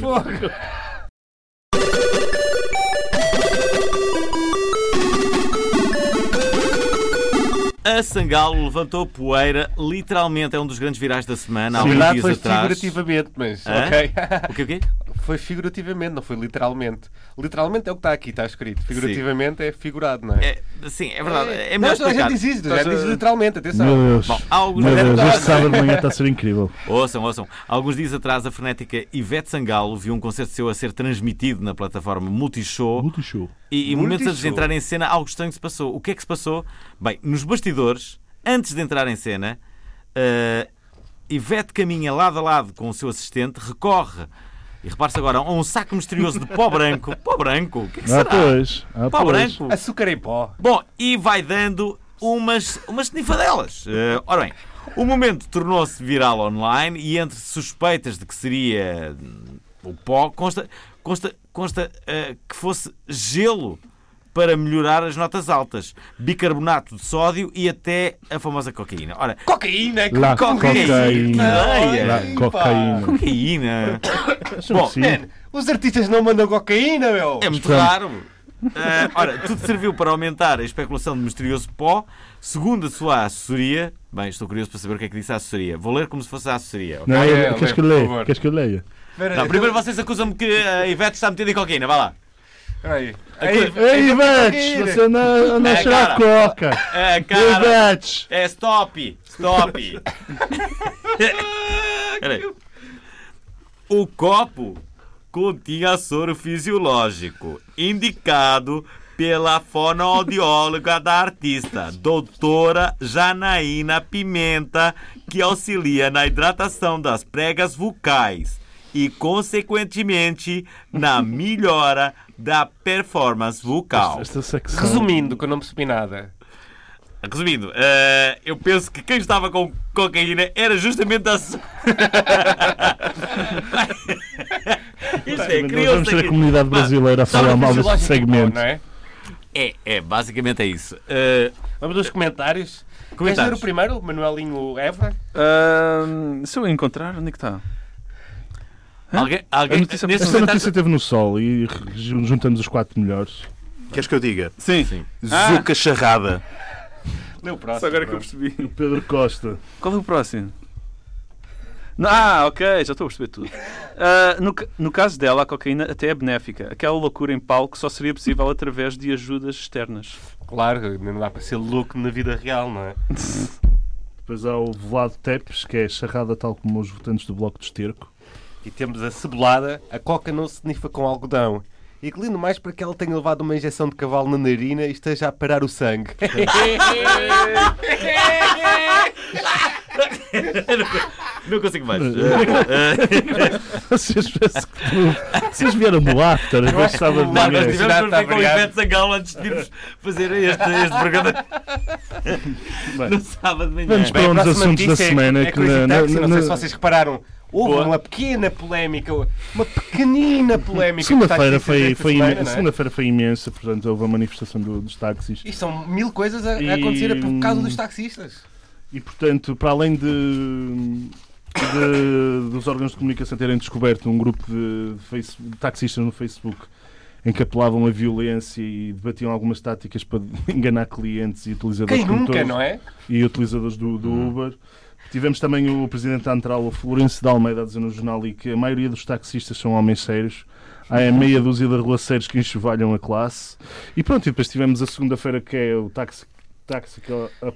[SPEAKER 1] A Sangalo levantou poeira, literalmente é um dos grandes virais da semana, há
[SPEAKER 4] Na
[SPEAKER 1] uns
[SPEAKER 4] verdade
[SPEAKER 1] dias
[SPEAKER 4] foi
[SPEAKER 1] atrás.
[SPEAKER 4] figurativamente, mas
[SPEAKER 1] Hã?
[SPEAKER 4] ok. (laughs)
[SPEAKER 1] O que o quê?
[SPEAKER 4] Foi figurativamente, não foi literalmente. Literalmente é o que está aqui, está escrito. Figurativamente é figurado, não é?
[SPEAKER 1] É, sim, é verdade, é,
[SPEAKER 4] não,
[SPEAKER 1] melhor
[SPEAKER 4] já
[SPEAKER 1] explicar.
[SPEAKER 4] diz isso, já
[SPEAKER 6] Estás a-
[SPEAKER 4] diz literalmente, atenção.
[SPEAKER 2] Meu Deus.
[SPEAKER 1] Bom, há alguns...
[SPEAKER 2] Meu Deus, este sábado de manhã está a ser incrível.
[SPEAKER 1] Ouçam, ouçam. Há alguns dias atrás, a frenética Ivete Sangalo viu um concerto seu a ser transmitido na plataforma Multishow.
[SPEAKER 2] Muito show.
[SPEAKER 1] E, e momentos antes de
[SPEAKER 4] Multishow.
[SPEAKER 1] entrar em cena, algo estranho se passou. O que é que se passou? Bem, nos bastidores, antes de entrar em cena, eh, Ivete caminha lado a lado com o seu assistente, recorre, e repare-se agora, a um saco misterioso de pó branco. Pó branco? O que é que
[SPEAKER 2] Ah,
[SPEAKER 1] será?
[SPEAKER 2] pois. Ah,
[SPEAKER 1] Pó
[SPEAKER 2] pois.
[SPEAKER 1] branco?
[SPEAKER 4] Açúcar em pó.
[SPEAKER 1] Bom, e vai dando umas, umas snifadelas. Eh, ora bem, o momento tornou-se viral online e entre suspeitas de que seria hum, o pó, consta, consta, consta eh, que fosse gelo para melhorar as notas altas, bicarbonato de sódio e até a famosa cocaína. Ora,
[SPEAKER 4] Cocaína, que
[SPEAKER 2] Lá, cocaína.
[SPEAKER 1] Ai,
[SPEAKER 2] Lá,
[SPEAKER 1] ai,
[SPEAKER 2] Ah, cocaína.
[SPEAKER 1] cocaína!
[SPEAKER 2] Acham que sim?
[SPEAKER 4] Man, os artistas não mandam cocaína, meu!
[SPEAKER 1] É muito
[SPEAKER 2] Portanto-
[SPEAKER 1] raro. Ah, ora, tudo serviu para aumentar a especulação de misterioso pó. Segundo a sua assessoria, bem, estou curioso para saber o que é que disse a assessoria. Vou ler como se fosse a assessoria. ok?
[SPEAKER 2] Não,
[SPEAKER 4] é,
[SPEAKER 2] eu- queres que eu
[SPEAKER 4] por
[SPEAKER 2] leia?
[SPEAKER 4] favor.
[SPEAKER 2] Queres que eu leia?
[SPEAKER 4] Espera aí,
[SPEAKER 1] Não, primeiro
[SPEAKER 4] então-
[SPEAKER 1] vocês acusam-me que a Ivete está metida em cocaína, vá lá.
[SPEAKER 4] espera aí.
[SPEAKER 1] coisa-
[SPEAKER 4] Ei,
[SPEAKER 2] Ei, Ivetes,
[SPEAKER 4] cocaína.
[SPEAKER 2] você não, não
[SPEAKER 1] É,
[SPEAKER 2] cheira
[SPEAKER 1] cara.
[SPEAKER 2] a coca.
[SPEAKER 1] Ah, cara!
[SPEAKER 2] Ivetes.
[SPEAKER 1] É stop! Stop! (laughs) Ah, Peraí. O copo continha soro fisiológico, indicado pela fonoaudióloga da artista, doutora Janaína Pimenta, que auxilia na hidratação das pregas vocais e, consequentemente, na melhora da performance vocal.
[SPEAKER 2] Esta secção.
[SPEAKER 4] Resumindo, que eu não percebi nada.
[SPEAKER 1] Resumindo, eh, eu penso que quem estava com cocaína era justamente a. Su- Isto
[SPEAKER 2] Nós
[SPEAKER 1] é,
[SPEAKER 2] vamos
[SPEAKER 1] criou-se
[SPEAKER 2] ter a
[SPEAKER 1] aqui.
[SPEAKER 2] comunidade brasileira a falar mal deste
[SPEAKER 4] tá, Fisiológico,
[SPEAKER 2] segmento.
[SPEAKER 4] não é?
[SPEAKER 1] É, é, basicamente é isso. Eh,
[SPEAKER 4] Vamos aos comentários. Queres ler
[SPEAKER 1] Comentários.
[SPEAKER 4] o primeiro, Manuelinho Evra?
[SPEAKER 6] Ahm, se eu encontrar, onde é que está?
[SPEAKER 1] alguém, alguém,
[SPEAKER 6] A notícia-
[SPEAKER 1] neste
[SPEAKER 2] Esta
[SPEAKER 1] momento,
[SPEAKER 2] notícia
[SPEAKER 4] tá-
[SPEAKER 2] esteve no sol e re- juntamos os quatro melhores.
[SPEAKER 7] Queres que eu diga?
[SPEAKER 6] Sim. Ah.
[SPEAKER 7] Zuca Charrada.
[SPEAKER 4] Lê o próximo.
[SPEAKER 6] Só agora que eu
[SPEAKER 4] pronto.
[SPEAKER 6] percebi.
[SPEAKER 2] Pedro Costa.
[SPEAKER 6] Qual é o próximo? Não, Ah, ok, já estou a perceber tudo. Ah, no, ca- no caso dela, a cocaína até é benéfica. Aquela loucura em palco só seria possível através de ajudas externas.
[SPEAKER 4] Claro, não dá para ser louco na vida real, não é?
[SPEAKER 2] Depois há o Vlado Tepes, que é charrada tal como os votantes do Bloco de (laughs) Esterco.
[SPEAKER 4] E temos a cebolada, a coca não se snifa com algodão. E que lindo mais para que ela tenha levado uma injeção de cavalo na narina e esteja a parar o sangue.
[SPEAKER 1] não consigo mais. Eh,
[SPEAKER 2] Vocês, parece que tu- vocês vieram do after, eu gostava de
[SPEAKER 4] Não,
[SPEAKER 1] Nós
[SPEAKER 2] ver.
[SPEAKER 4] tivemos-
[SPEAKER 1] tivemos que
[SPEAKER 4] Obrigado,
[SPEAKER 1] ver com o
[SPEAKER 4] obrigado.
[SPEAKER 1] Ivete Sangalo antes de irmos fazer este, este programa no
[SPEAKER 2] Bem,
[SPEAKER 1] sábado de manhã.
[SPEAKER 2] Vamos para um dos assuntos da semana.
[SPEAKER 4] É, é
[SPEAKER 2] que
[SPEAKER 4] Crazy
[SPEAKER 2] na-
[SPEAKER 4] Taxi,
[SPEAKER 2] na-
[SPEAKER 4] não sei
[SPEAKER 2] na-
[SPEAKER 4] se vocês repararam. Houve
[SPEAKER 6] Boa.
[SPEAKER 4] uma pequena polémica, uma pequenina polémica.
[SPEAKER 2] Segunda-feira
[SPEAKER 4] com os taxistas
[SPEAKER 2] foi,
[SPEAKER 4] esta
[SPEAKER 2] foi,
[SPEAKER 4] semana,
[SPEAKER 2] imen-
[SPEAKER 4] não é?
[SPEAKER 2] segunda-feira foi imensa, portanto houve a manifestação do- dos táxis.
[SPEAKER 4] Isto são mil coisas a, a
[SPEAKER 2] E-
[SPEAKER 4] acontecer por causa dos taxistas.
[SPEAKER 2] E portanto, para além de, de- dos órgãos de comunicação terem descoberto um grupo de, de face- de taxistas no Facebook em que apelavam à violência e debatiam algumas táticas para (laughs) enganar clientes e utilizadores
[SPEAKER 4] Quem nunca,
[SPEAKER 2] condutores
[SPEAKER 4] não é?
[SPEAKER 2] e utilizadores do, do Uber. Tivemos também o presidente da Antral, o Florencio de Almeida, a dizer no jornal e que a maioria dos taxistas são homens sérios. Há a meia dúzia de arruaceiros que enxovalham a classe. E pronto, e depois tivemos a segunda-feira que é o táxi. Táxi,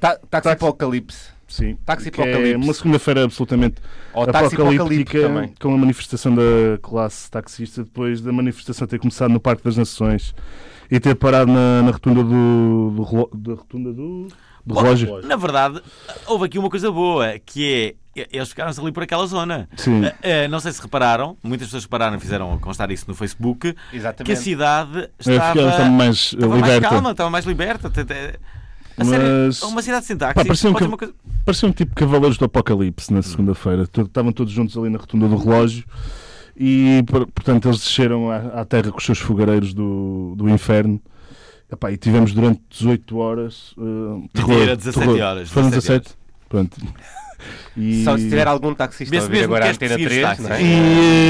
[SPEAKER 4] Ta taxi Tá, Apocalipse.
[SPEAKER 2] sim,
[SPEAKER 4] Táxi
[SPEAKER 2] que é
[SPEAKER 4] Apocalipse.
[SPEAKER 2] uma segunda-feira absolutamente
[SPEAKER 4] Ou Táxi Apocalipse
[SPEAKER 2] apocalíptica,
[SPEAKER 4] também.
[SPEAKER 2] com a manifestação da classe taxista, depois da manifestação ter começado no Parque das Nações e ter parado na, na rotunda do, do, relo- da rotunda do, do
[SPEAKER 1] Bom,
[SPEAKER 2] relógio.
[SPEAKER 1] Na verdade, houve aqui uma coisa boa, que é e- eles ficaram-se ali por aquela zona.
[SPEAKER 2] Sim.
[SPEAKER 1] Eh, eh, não sei se repararam, muitas pessoas repararam, fizeram constar isso no Facebook, que a
[SPEAKER 2] assim-
[SPEAKER 4] Exatamente.
[SPEAKER 1] cidade estava,
[SPEAKER 2] Ficava também mais eh,
[SPEAKER 1] estava mais
[SPEAKER 2] liberta.
[SPEAKER 1] calma, estava mais liberta. Até- até- A
[SPEAKER 2] Mas-
[SPEAKER 1] sério, uma cidade sem táxis
[SPEAKER 2] Pá, parecia um
[SPEAKER 1] pode ser
[SPEAKER 2] ca-
[SPEAKER 1] uma coisa-
[SPEAKER 2] Parecia um tipo Cavaleiros do Apocalipse na segunda-feira. To- Estavam todos juntos ali na rotunda do relógio e, por- portanto, eles desceram à, à terra com os seus fogareiros do, do inferno. Epá, e tivemos durante 18 horas. Uh, terror,
[SPEAKER 1] Mentira, 17
[SPEAKER 2] terror.
[SPEAKER 1] horas,
[SPEAKER 2] Foram
[SPEAKER 1] 17
[SPEAKER 2] 17? Pronto. E,
[SPEAKER 4] Só se tiver algum taxista a
[SPEAKER 1] Vê-se
[SPEAKER 4] ouvir
[SPEAKER 1] mesmo
[SPEAKER 4] agora
[SPEAKER 1] que
[SPEAKER 4] a
[SPEAKER 1] és
[SPEAKER 4] antena
[SPEAKER 1] perseguido
[SPEAKER 4] 3,
[SPEAKER 1] de
[SPEAKER 4] não
[SPEAKER 1] táxis.
[SPEAKER 4] é?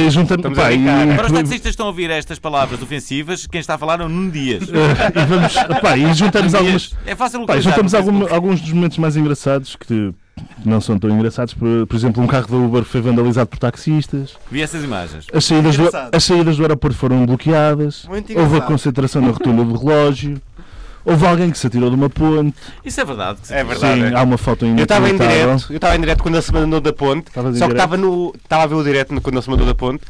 [SPEAKER 2] E juntando.
[SPEAKER 4] Estamos a
[SPEAKER 2] pá, e-
[SPEAKER 4] brincar.
[SPEAKER 1] Para os taxistas que estão a ouvir estas palavras ofensivas, quem está a falar é o Nuno Dias.
[SPEAKER 2] (laughs) e vamos. epá, e juntamos algumas.
[SPEAKER 1] É fácil
[SPEAKER 2] Pá,
[SPEAKER 1] localizar.
[SPEAKER 2] já temos
[SPEAKER 1] no
[SPEAKER 2] algum-
[SPEAKER 1] Facebook.
[SPEAKER 2] alguns dos momentos mais engraçados que não são tão engraçados. Por, por exemplo, um carro da Uber foi vandalizado por taxistas.
[SPEAKER 1] Vi essas imagens.
[SPEAKER 2] As saídas, do,
[SPEAKER 4] Engraçado.
[SPEAKER 2] as saídas do aeroporto foram bloqueadas.
[SPEAKER 4] Muito
[SPEAKER 2] Houve a
[SPEAKER 4] engraçado.
[SPEAKER 2] concentração na rotunda do relógio. Houve alguém que se atirou de uma ponte.
[SPEAKER 1] Isso é verdade. que se-
[SPEAKER 4] É verdade.
[SPEAKER 2] Sim,
[SPEAKER 4] é.
[SPEAKER 2] há uma foto
[SPEAKER 4] Eu estava em
[SPEAKER 2] inacreditável.
[SPEAKER 4] direto, eu estava em direto quando ele se mandou da ponte,
[SPEAKER 2] Estavas em
[SPEAKER 4] só que
[SPEAKER 2] direto?
[SPEAKER 4] estava no. Estava a ver o direto no- quando ele se mandou da ponte,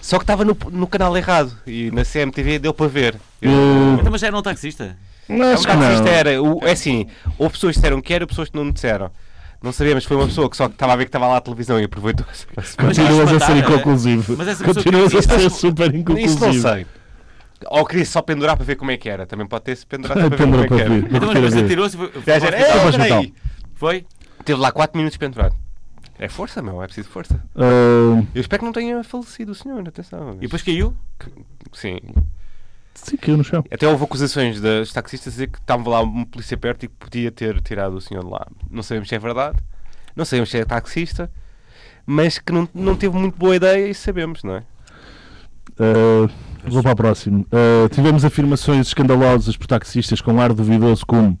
[SPEAKER 4] só que estava no, no canal errado e na CMTV deu para ver.
[SPEAKER 2] Eh,
[SPEAKER 1] Então, mas já era um taxista.
[SPEAKER 4] É um
[SPEAKER 2] acho que não.
[SPEAKER 4] taxista era, o- é assim, houve pessoas que disseram que era, pessoas que não disseram. Não sabíamos, foi uma pessoa que só que estava a ver que estava lá a televisão e aproveitou.
[SPEAKER 2] (laughs)
[SPEAKER 1] Mas
[SPEAKER 2] Continuas a
[SPEAKER 1] estás
[SPEAKER 2] ser
[SPEAKER 1] espantada,
[SPEAKER 2] inconclusivo.
[SPEAKER 1] Mas essa pessoa
[SPEAKER 2] Continuas
[SPEAKER 1] que
[SPEAKER 2] a
[SPEAKER 1] disse
[SPEAKER 2] ser
[SPEAKER 1] isso-
[SPEAKER 2] super
[SPEAKER 4] Isso não
[SPEAKER 2] inconclusivo.
[SPEAKER 4] sei. Ou queria só pendurar para ver como é que era. Também pode ter se pendurado para ver
[SPEAKER 2] Pendura
[SPEAKER 4] como é
[SPEAKER 2] para
[SPEAKER 4] que era.
[SPEAKER 2] ver.
[SPEAKER 1] Então, mas depois atirou-se. e foi- foi
[SPEAKER 4] (laughs) Já
[SPEAKER 1] para o
[SPEAKER 4] era,
[SPEAKER 1] hospital.
[SPEAKER 4] "Ei,
[SPEAKER 2] Mas
[SPEAKER 4] peraí."
[SPEAKER 2] então.
[SPEAKER 1] Foi?
[SPEAKER 4] Teve lá 4 minutos pendurado. É força, meu, é preciso força.
[SPEAKER 2] Eh,
[SPEAKER 4] Eu espero que não tenha falecido o senhor, atenção.
[SPEAKER 1] E depois caiu?
[SPEAKER 4] Sim.
[SPEAKER 2] Sim, caiu no chão.
[SPEAKER 4] Até houve acusações dos taxistas a dizer que estava lá um polícia perto e que podia ter tirado o senhor de lá. Não sabemos se é verdade, não sabemos se é taxista, mas que não, não teve muito boa ideia e sabemos, não é?
[SPEAKER 2] Uh, vou para o próximo. Uh, tivemos afirmações escandalosas por taxistas com ar duvidoso como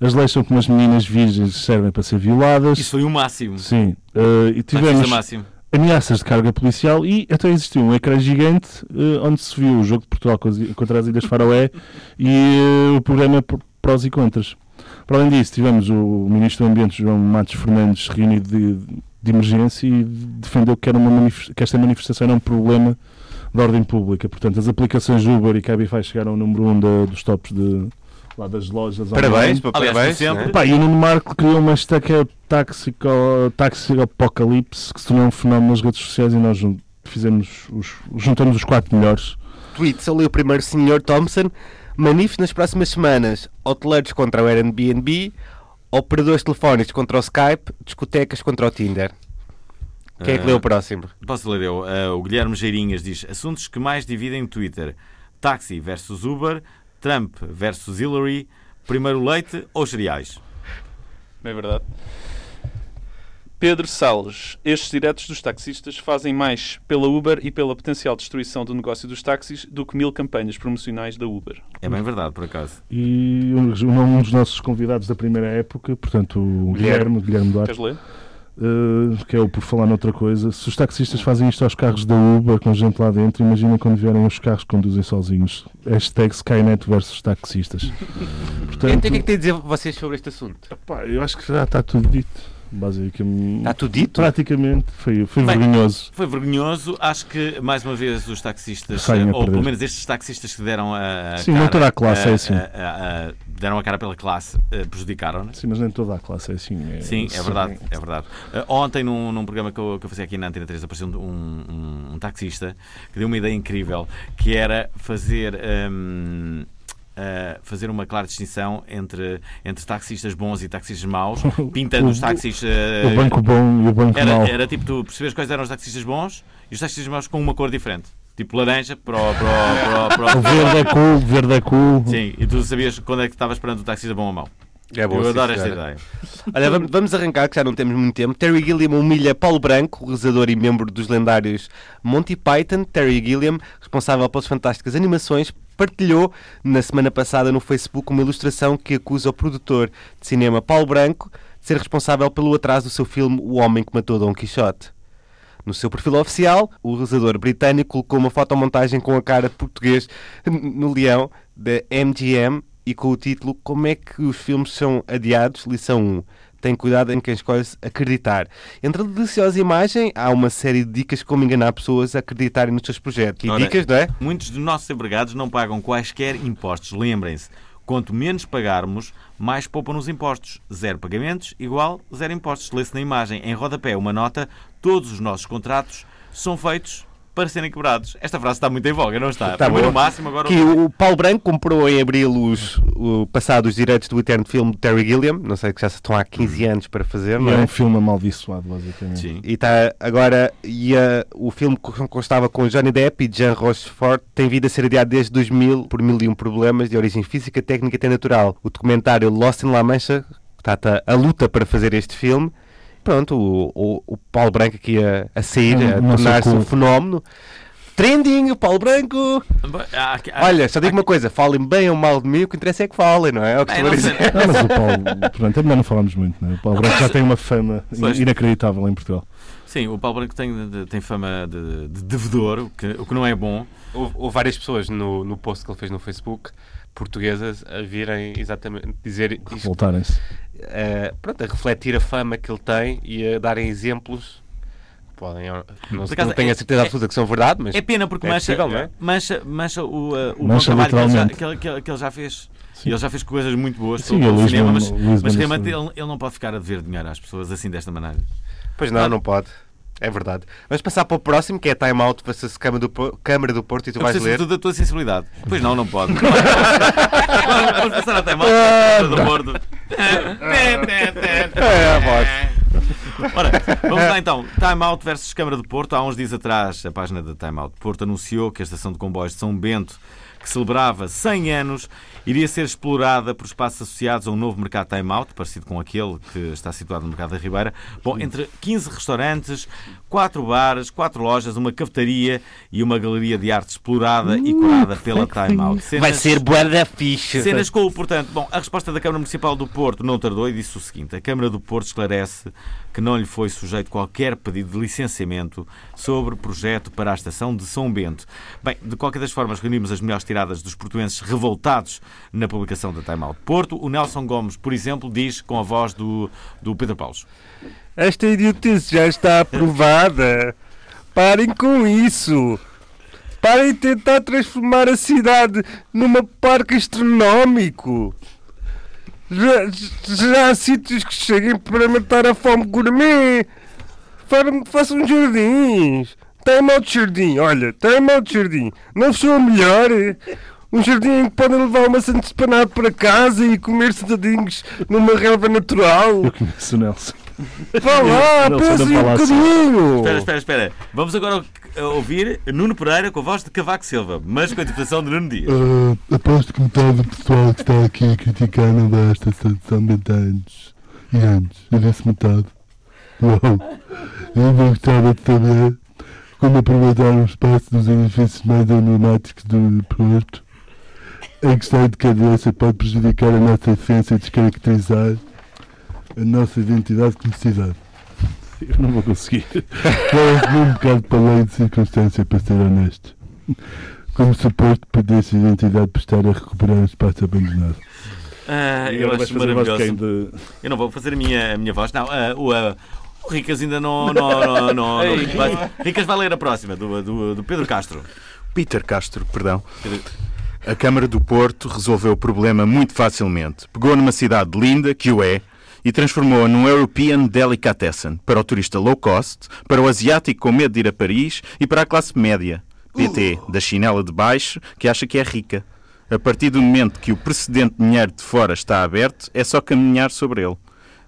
[SPEAKER 2] as leis são como as meninas virgens servem para ser violadas.
[SPEAKER 1] Isso foi o máximo.
[SPEAKER 2] Sim. Uh, e
[SPEAKER 1] Taxista
[SPEAKER 2] tivemos
[SPEAKER 1] máximo.
[SPEAKER 2] ameaças de carga policial e até existiu um ecrã gigante uh, onde se viu o jogo de Portugal co- contra as Ilhas Faroé e uh, o programa por- prós e contras. Para além disso, tivemos o Ministro do Ambiente, João Matos Fernandes, reunido de, de emergência e defendeu que, era uma manif- que esta manifestação era um problema de ordem pública. Portanto, as aplicações Uber e Cabify chegaram ao número 1 um da- dos tops de, lá das lojas. online.
[SPEAKER 4] Parabéns, pá,
[SPEAKER 1] Aliás,
[SPEAKER 4] parabéns.
[SPEAKER 1] por exemplo,
[SPEAKER 4] não é?
[SPEAKER 2] Pá, e o Nuno Marco criou uma hashtag que é Taxico- Taxicapocalipse que se tornou um fenómeno nas redes sociais e nós jun- fizemos os, juntamos os quatro melhores.
[SPEAKER 4] Tweet, só li o primeiro Sr. Thompson. Manifes nas próximas semanas. Hoteleiros contra o Airbnb, operadores telefónicos contra o Skype, discotecas contra o Tinder. Quem é que lê o próximo?
[SPEAKER 1] Posso ler eu? Eh, o Guilherme Geirinhas diz: Assuntos que mais dividem o Twitter: táxi versus Uber, Trump versus Hillary, primeiro leite ou cereais?
[SPEAKER 6] Não é verdade. Pedro Salles. Estes diretos dos taxistas fazem mais pela Uber e pela potencial destruição do negócio dos táxis do que mil campanhas promocionais da Uber.
[SPEAKER 1] É bem verdade, por acaso.
[SPEAKER 2] E um, um dos nossos convidados da primeira época, portanto, o Guilherme, Guilherme Duarte,
[SPEAKER 6] Queres ler?
[SPEAKER 2] eh, que é o por falar noutra coisa. Se os taxistas fazem isto aos carros da Uber com gente lá dentro, imagina quando vierem os carros que conduzem sozinhos. Hashtag Skynet versus taxistas.
[SPEAKER 4] Então, o
[SPEAKER 2] Portanto,
[SPEAKER 4] que é que tem a dizer vocês sobre este assunto?
[SPEAKER 2] pá, eu acho que já está tudo dito. Basicamente,
[SPEAKER 4] Está Tá tudo dito?
[SPEAKER 2] Praticamente, foi, foi
[SPEAKER 1] Bem,
[SPEAKER 2] vergonhoso.
[SPEAKER 1] Foi vergonhoso. Acho que, mais uma vez, os taxistas, eh,
[SPEAKER 2] Saem a
[SPEAKER 1] ou pelo
[SPEAKER 2] perder.
[SPEAKER 1] menos estes taxistas que deram a. a
[SPEAKER 2] Sim,
[SPEAKER 1] cara, eh,
[SPEAKER 2] não toda a classe
[SPEAKER 1] a-
[SPEAKER 2] é assim.
[SPEAKER 1] a- a- a- eh, deram a cara pela classe, eh, prejudicaram-na.
[SPEAKER 2] Sim, mas nem toda a classe é assim. é-
[SPEAKER 1] Sim, é
[SPEAKER 2] são-
[SPEAKER 1] verdade, é verdade. Eh, ontem, num, num programa que eu, que eu fazia aqui na Antena 3, apareceu um, um- um taxista que deu uma ideia incrível, que era fazer, hum, eh, fazer uma clara distinção entre, entre taxistas bons e taxistas maus, pintando
[SPEAKER 2] (laughs) O-
[SPEAKER 1] os táxis... eh,
[SPEAKER 2] O banco bom e o banco mau.
[SPEAKER 1] era, era tipo, tu percebes quais eram os taxistas bons e os taxistas maus com uma cor diferente. Tipo laranja para o... Para o, para o-
[SPEAKER 2] (laughs)
[SPEAKER 1] para
[SPEAKER 2] O
[SPEAKER 1] o-
[SPEAKER 2] verde é cool, o verde é cool.
[SPEAKER 1] Sim, e tu sabias quando é que estavas esperando o taxista bom ou mau.
[SPEAKER 4] É
[SPEAKER 1] eu
[SPEAKER 4] sim,
[SPEAKER 1] adoro esta
[SPEAKER 4] senhora.
[SPEAKER 1] ideia.
[SPEAKER 4] Olha, vamos, vamos arrancar, que já não temos muito tempo. Terry Gilliam humilha Paulo Branco, realizador e membro dos lendários Monty Python. Terry Gilliam, responsável pelas fantásticas animações, partilhou na semana passada no Facebook uma ilustração que acusa o produtor de cinema Paulo Branco de ser responsável pelo atraso do seu filme O Homem que Matou Dom Quixote. No seu perfil oficial, o realizador britânico colocou uma fotomontagem com a cara de português no leão da MGM e com o título Como é que os filmes são adiados? Lição 1. Tem cuidado em quem escolhe acreditar. Entre a deliciosa imagem, há uma série de dicas como enganar pessoas a acreditarem nos seus projetos. E
[SPEAKER 1] Ora,
[SPEAKER 4] dicas, não é?
[SPEAKER 1] Muitos dos nossos empregados não pagam quaisquer impostos, lembrem-se. Quanto menos pagarmos, mais poupam nos impostos. Zero pagamentos igual zero impostos. Lê-se na imagem, em rodapé, uma nota. Todos os nossos contratos são feitos para serem quebrados. Esta frase está muito em voga, não está?
[SPEAKER 4] Está
[SPEAKER 1] Foi
[SPEAKER 4] boa.
[SPEAKER 1] no máximo, agora...
[SPEAKER 4] Que o Paulo Branco comprou em abril os, o passado os direitos do eterno filme de Terry Gilliam, não sei que já se estão há 15 anos para fazer,
[SPEAKER 2] E
[SPEAKER 4] não
[SPEAKER 2] é
[SPEAKER 4] é?
[SPEAKER 2] um filme amaldiçoado, basicamente.
[SPEAKER 1] Sim.
[SPEAKER 4] E está agora, e ah, o filme que constava com Johnny Depp e Jean Rochefort tem vindo a ser adiado desde 2000 por mil e um problemas de origem física, técnica e até natural. O documentário Lost in La Mancha trata a luta para fazer este filme. Pronto, o, o, o Paulo Branco aqui a, a sair,
[SPEAKER 2] Não-
[SPEAKER 4] a
[SPEAKER 2] não sei
[SPEAKER 4] tornar-se um
[SPEAKER 2] como.
[SPEAKER 4] fenómeno. Trending, Paulo Branco!
[SPEAKER 1] Há- há-
[SPEAKER 4] Olha, só digo uma coisa: falem bem ou mal de mim, o que interessa é que falem, não é? É o que
[SPEAKER 1] Bem,
[SPEAKER 4] estou a
[SPEAKER 1] não sei.
[SPEAKER 4] dizer.
[SPEAKER 2] Não, Ah, mas o Paulo, pronto, ainda não falámos muito, né? O Paulo Branco já tem uma fama
[SPEAKER 1] Pois.
[SPEAKER 2] inacreditável em Portugal.
[SPEAKER 1] Sim, o Paulo Branco tem, de- tem fama de, de devedor, o que, o que não é bom.
[SPEAKER 4] Houve, houve várias pessoas no, no post que ele fez no Facebook portuguesas a virem exatamente dizer isto,
[SPEAKER 2] Voltarem-se.
[SPEAKER 4] eh, pronto, a refletir a fama que ele tem e a darem exemplos que podem, eu não,
[SPEAKER 1] Por
[SPEAKER 4] sei-
[SPEAKER 1] acaso,
[SPEAKER 4] não tenho
[SPEAKER 1] é-
[SPEAKER 4] a certeza
[SPEAKER 1] é-
[SPEAKER 4] absoluta que são verdade, mas
[SPEAKER 1] É pena porque
[SPEAKER 4] É
[SPEAKER 1] mancha,
[SPEAKER 4] possível, não é?
[SPEAKER 1] mancha, mancha o, uh, o
[SPEAKER 2] Mancha
[SPEAKER 1] bom trabalho que ele, já,
[SPEAKER 2] literalmente.
[SPEAKER 1] que, ele, que ele- que ele já fez.
[SPEAKER 2] Sim.
[SPEAKER 1] E ele já fez coisas muito boas
[SPEAKER 2] Sim, um-
[SPEAKER 1] pelo
[SPEAKER 2] o Luís
[SPEAKER 1] cinema,
[SPEAKER 2] Mano-
[SPEAKER 1] mas,
[SPEAKER 2] o Luís
[SPEAKER 1] mas
[SPEAKER 2] Mano-
[SPEAKER 1] realmente ele, ele não pode ficar a dever dinheiro às pessoas assim desta maneira.
[SPEAKER 4] pois não, não pode. É verdade. Vamos passar para o próximo que é Time Out versus Câmara do, Po- Câmara do Porto e tu
[SPEAKER 1] Eu
[SPEAKER 4] vais
[SPEAKER 1] preciso
[SPEAKER 4] ler.
[SPEAKER 1] sobretudo da tua sensibilidade. Pois não, não
[SPEAKER 4] (laughs)
[SPEAKER 1] pode. Vamos passar até mal.
[SPEAKER 2] Ah,
[SPEAKER 1] Todo
[SPEAKER 2] tá.
[SPEAKER 4] (laughs)
[SPEAKER 1] bordo.
[SPEAKER 4] É, pode.
[SPEAKER 1] Ora, vamos
[SPEAKER 4] (laughs)
[SPEAKER 1] lá então. Time Out versus Câmara do Porto. Há uns dias atrás, a página da Time Out Porto anunciou que a estação de comboios de São Bento, que celebrava 100 anos, iria ser explorada por espaços associados a um novo mercado Time Out, parecido com aquele que está situado no mercado da Ribeira. Bom, entre 15 restaurantes, 4 bares, 4 lojas, uma cafetaria e uma galeria de arte explorada e curada pela Time Out.
[SPEAKER 4] Vai
[SPEAKER 1] Cenas-
[SPEAKER 4] ser boa da ficha.
[SPEAKER 1] Cenas com o portanto. Bom, a resposta da Câmara Municipal do Porto não tardou e disse o seguinte: a Câmara do Porto esclarece que não lhe foi sujeito qualquer pedido de licenciamento sobre projeto para a estação de São Bento. Bem, de qualquer das formas, reunimos as melhores tiradas dos portuenses revoltados na publicação da Time Out Porto. O Nelson Gomes, por exemplo, diz com a voz do, do Pedro Paulos.
[SPEAKER 4] Esta idiotice já está aprovada. Parem com isso. Parem de tentar transformar a cidade numa parque astronómico. Já, já há sítios que cheguem para matar a fome gourmet. Farem- Façam um jardins. Tem mal de jardim, olha, tem mal de jardim. Não sou a melhor. Um jardim em que podem levar uma sandes de panado para casa e comer sentadinhos numa relva natural.
[SPEAKER 2] Eu conheço o é Nelson. lá,
[SPEAKER 4] Vá lá,
[SPEAKER 2] Não, pensa
[SPEAKER 4] pensa
[SPEAKER 2] não
[SPEAKER 4] um
[SPEAKER 2] um fala assim.
[SPEAKER 1] Espera,
[SPEAKER 4] bocadinho!
[SPEAKER 1] espera, espera. Vamos agora ouvir Nuno Pereira com a voz de Cavaco Silva, mas com a interpretação de Nuno Dias.
[SPEAKER 10] Ah, aposto que metade do pessoal que está aqui a criticar não dá esta são de anos e anos. Eu disse metade. Uau! Eu ainda gostava de saber como aproveitar o espaço dos edifícios mais emblemáticos do Porto. Em que está de cadência pode prejudicar a nossa essência e descaracterizar a nossa identidade como cidade.
[SPEAKER 2] Eu não vou conseguir.
[SPEAKER 10] Vou um bocado para além de circunstância, para ser honesto. Como suposto, perdesse a identidade por estar a recuperar o espaço abandonado.
[SPEAKER 1] Ah,
[SPEAKER 2] E
[SPEAKER 1] eu
[SPEAKER 2] agora vais
[SPEAKER 1] acho
[SPEAKER 2] fazer a voz de quem?
[SPEAKER 1] maravilhoso.
[SPEAKER 2] De-
[SPEAKER 1] Eu não vou fazer a minha, a minha voz, não. Ah, o, ah, o Ricas ainda não. não, não, não, não- vai- Ricas vai ler a próxima, do, do, do Pedro Castro.
[SPEAKER 7] Peter Castro, perdão. A Câmara do Porto resolveu o problema muito facilmente. Pegou numa cidade linda, que o é, e transformou-a num European Delicatessen para o turista low cost, para o asiático com medo de ir a Paris e para a classe média, PT, da chinela de baixo, que acha que é rica. A partir do momento que o precedente dinheiro de fora está aberto, é só caminhar sobre ele.